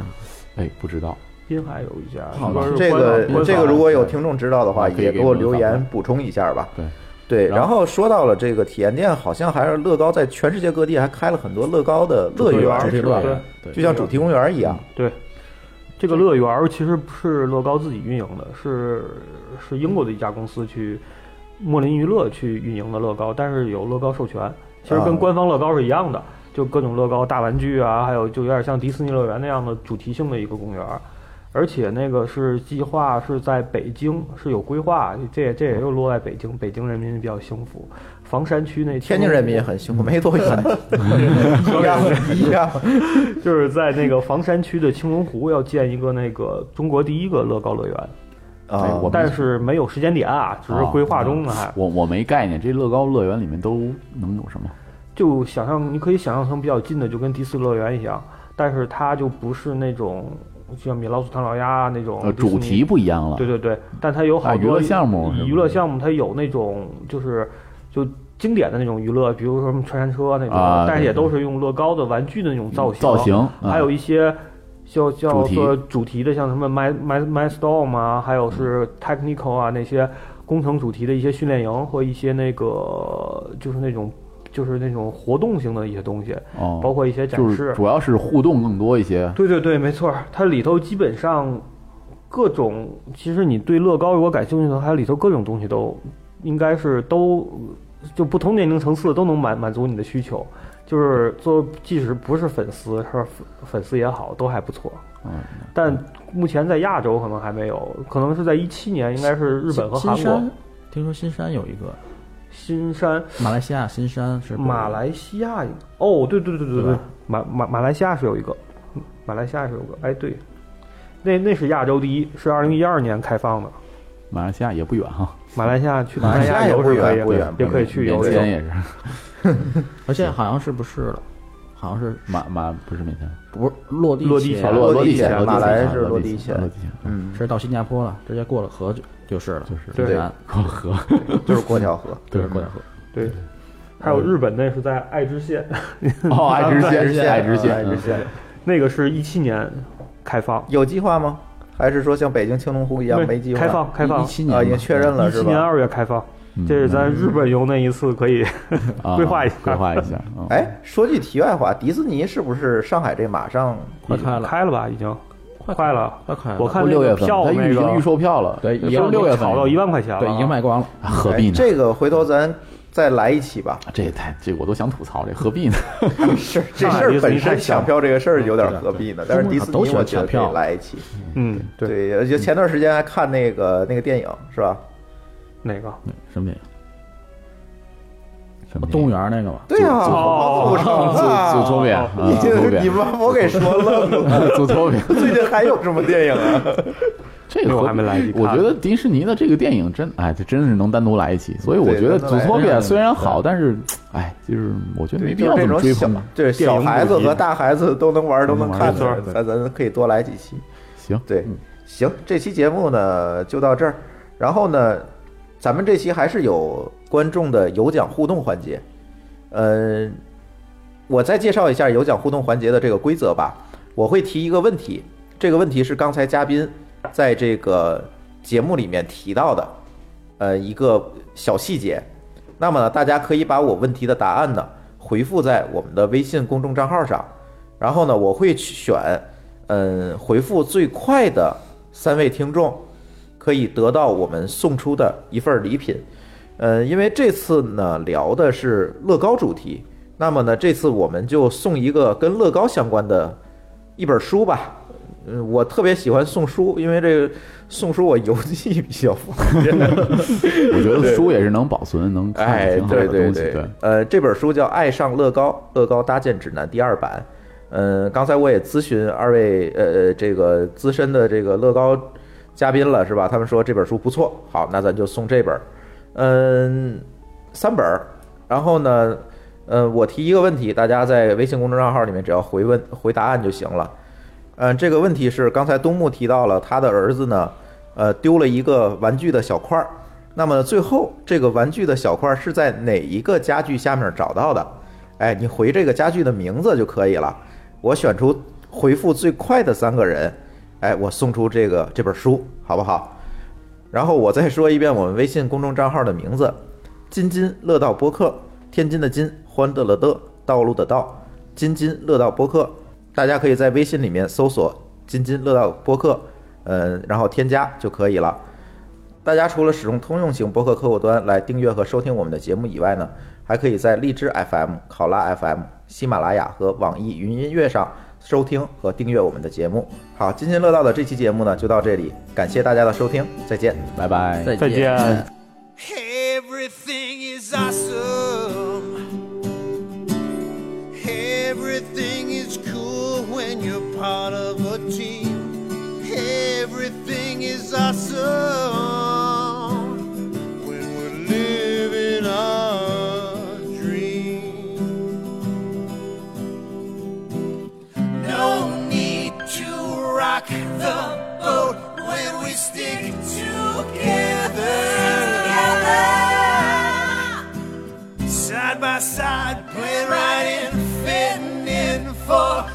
哎，不知道，滨海有一家，好吧应该这是官个网啊这个如果有听众知道的话，对也给我留可以给我们言反馈补充一下吧。对对，然然后后说到了这个体验店，好像还是乐高在全世界各地还开了很多乐高的乐园，对是吧？对就像主题公园一样。对，这个乐园儿其实不是乐高自己运营的，是是英国的一家公司去莫林娱乐去运营的乐高，但是有乐高授权，其实啊跟官方乐高是一样的，就各种乐高大玩具啊，还有就有点像迪士尼乐园那样的主题性的一个公园儿。而且那个是计划是在北京是有规划，这也这也又落在北京，北京人民比较幸福。房山区那天津人民也很辛苦，没多远，一样一样。就是在那个房山区的青龙湖要建一个那个中国第一个乐高乐园，哎啊，我们但是没有时间点啊，只是规划中呢，还我我没概念，这乐高乐园里面都能有什么？就想象，你可以想象成比较近的，就跟迪士尼乐园一样，但是它就不是那种像米老鼠、唐老鸭啊那种呃，迪士尼主题。不一样了。对对对，但它有好啊多娱乐项目是吧娱乐项目它有那种就是就经典的那种娱乐，比如说什么穿山车那种，啊但是对也都是用乐高的玩具的那种造型，造型嗯还有一些叫叫主题做主题的，像什么 My My My Storm 啊，还有是 Technical 啊那些工程主题的一些训练营或一些那个就是那种就是那种活动性的一些东西，哦，包括一些展就示，是主要是互动更多一些。对对对，没错儿，它里头基本上各种，其实你对乐高如果感兴趣的话，它里头各种东西都应该是都就不同年龄层次都能满满足你的需求。就是做，即使不是粉丝，是吧粉粉丝也好，都还不错。嗯，但目前在亚洲可能还没有，可能是在一七年，应该是日本和新韩国山，听说新山有一个，新山，马来西亚新山是不是马来西亚哦，对对对对对对吧，马马马来西亚是有一个，嗯马来西亚是有个，哎对，那那是亚洲第一，是二零一二年开放的。马来西亚也不远哈，马来西亚去马马来来西西亚亚也游不是远可以的，不远也可以去免游签游。也是而且好像是不是了？好像是马马不是免签，不是落地落地前前落落地地前前，马来是落落地前落地前，嗯，是到新加坡了，直接过了河就就是了，就是对越南过了 河，就是过条河。就是过了河。对，还有日本那是在爱知县，哦，爱知县，爱知县，爱知县那个是一七年开放，有计划吗？还是说像北京青龙湖一样没计划？开放开放一，七啊，年已经嘛确认了一是七年吧？二月开放，这是咱日本游那一次可以啊 规划一下规划一下，嗯，哎，说句题外话，迪士尼是不是上海这马上快开了，开了吧已经，快了，快开了，我看六那月个份，票他那预个预售票了，对就一样六月份炒到一万块钱了，对已经卖光了，何必哎呢？这个回头咱再来一期吧。这也太这我都想吐槽这何必呢？是这上海事儿迪士尼本身太小抢票这个事儿有点何必呢？但是迪士尼都喜欢我觉得抢可票以来一期。嗯，对，对，而且前段时间还看那个那个电影是吧？哪个？ 什么电影？什么动物园那个嘛，对呀，祖毛不成祖祖啊！托比啊，你祖托这你比，把我给说愣了。祖托比，最近还有什么电影啊？这个我还没来得及看我觉得迪士尼的这个电影真，哎，这真是能单独来一期。所以我对觉得《单独祖来托比对虽然好，但是，哎，就是我觉得没必就要这这么种追小捧吧。，对小孩子和大孩子都能玩儿都能看都能玩的儿，对咱咱可以多来几期。行，对嗯，行，这期节目呢就到这儿。然后呢，咱们这期还是有观众的有奖互动环节。呃，我再介绍一下有奖互动环节的这个规则吧。我会提一个问题，这个问题是刚才嘉宾在这个节目里面提到的，呃，一个小细节。那么呢，大家可以把我问题的答案呢回复在我们的微信公众账号上，然后呢，我会去选嗯，回复最快的三位听众，可以得到我们送出的一份礼品。嗯，因为这次呢聊的是乐高主题，那么呢这次我们就送一个跟乐高相关的一本书吧。嗯，我特别喜欢送书，因为这个送书我邮寄比较方便。我觉得书也是能保存、能看哎挺，好对的对东西。对对，，呃，这本书叫《爱上乐高：乐高搭建指南》第二版。嗯，刚才我也咨询二位呃呃这个资深的这个乐高嘉宾了，是吧？他们说这本书不错，好，那咱就送这本。嗯，三本儿。然后呢，呃，我提一个问题，大家在微信公众账号里面只要回问回答案就行了。嗯，这个问题是刚才东木提到了他的儿子呢，呃，丢了一个玩具的小块儿。那么最后这个玩具的小块儿是在哪一个家具下面找到的？哎，你回这个家具的名字就可以了。我选出回复最快的三个人，哎，我送出这个这本书，好不好？然后我再说一遍我们微信公众账号的名字：津津乐道播客，天津的津，欢乐的乐，道路的道，津津乐道播客。大家可以在微信里面搜索“津津乐道播客”，呃，然后添加就可以了。大家除了使用通用型播客客户端来订阅和收听我们的节目以外呢，还可以在荔枝 FM、考拉 FM、喜马拉雅和网易云音乐上收听和订阅我们的节目。好，津津乐道的这期节目呢就到这里，感谢大家的收听，再见。拜拜。再啊见。 Everything is awesome. Everything is cool when you're part of a team. Everything is awesome when we're living our dream. No need to rock the boat when we stick together. Side by side, playing right in, fitting in for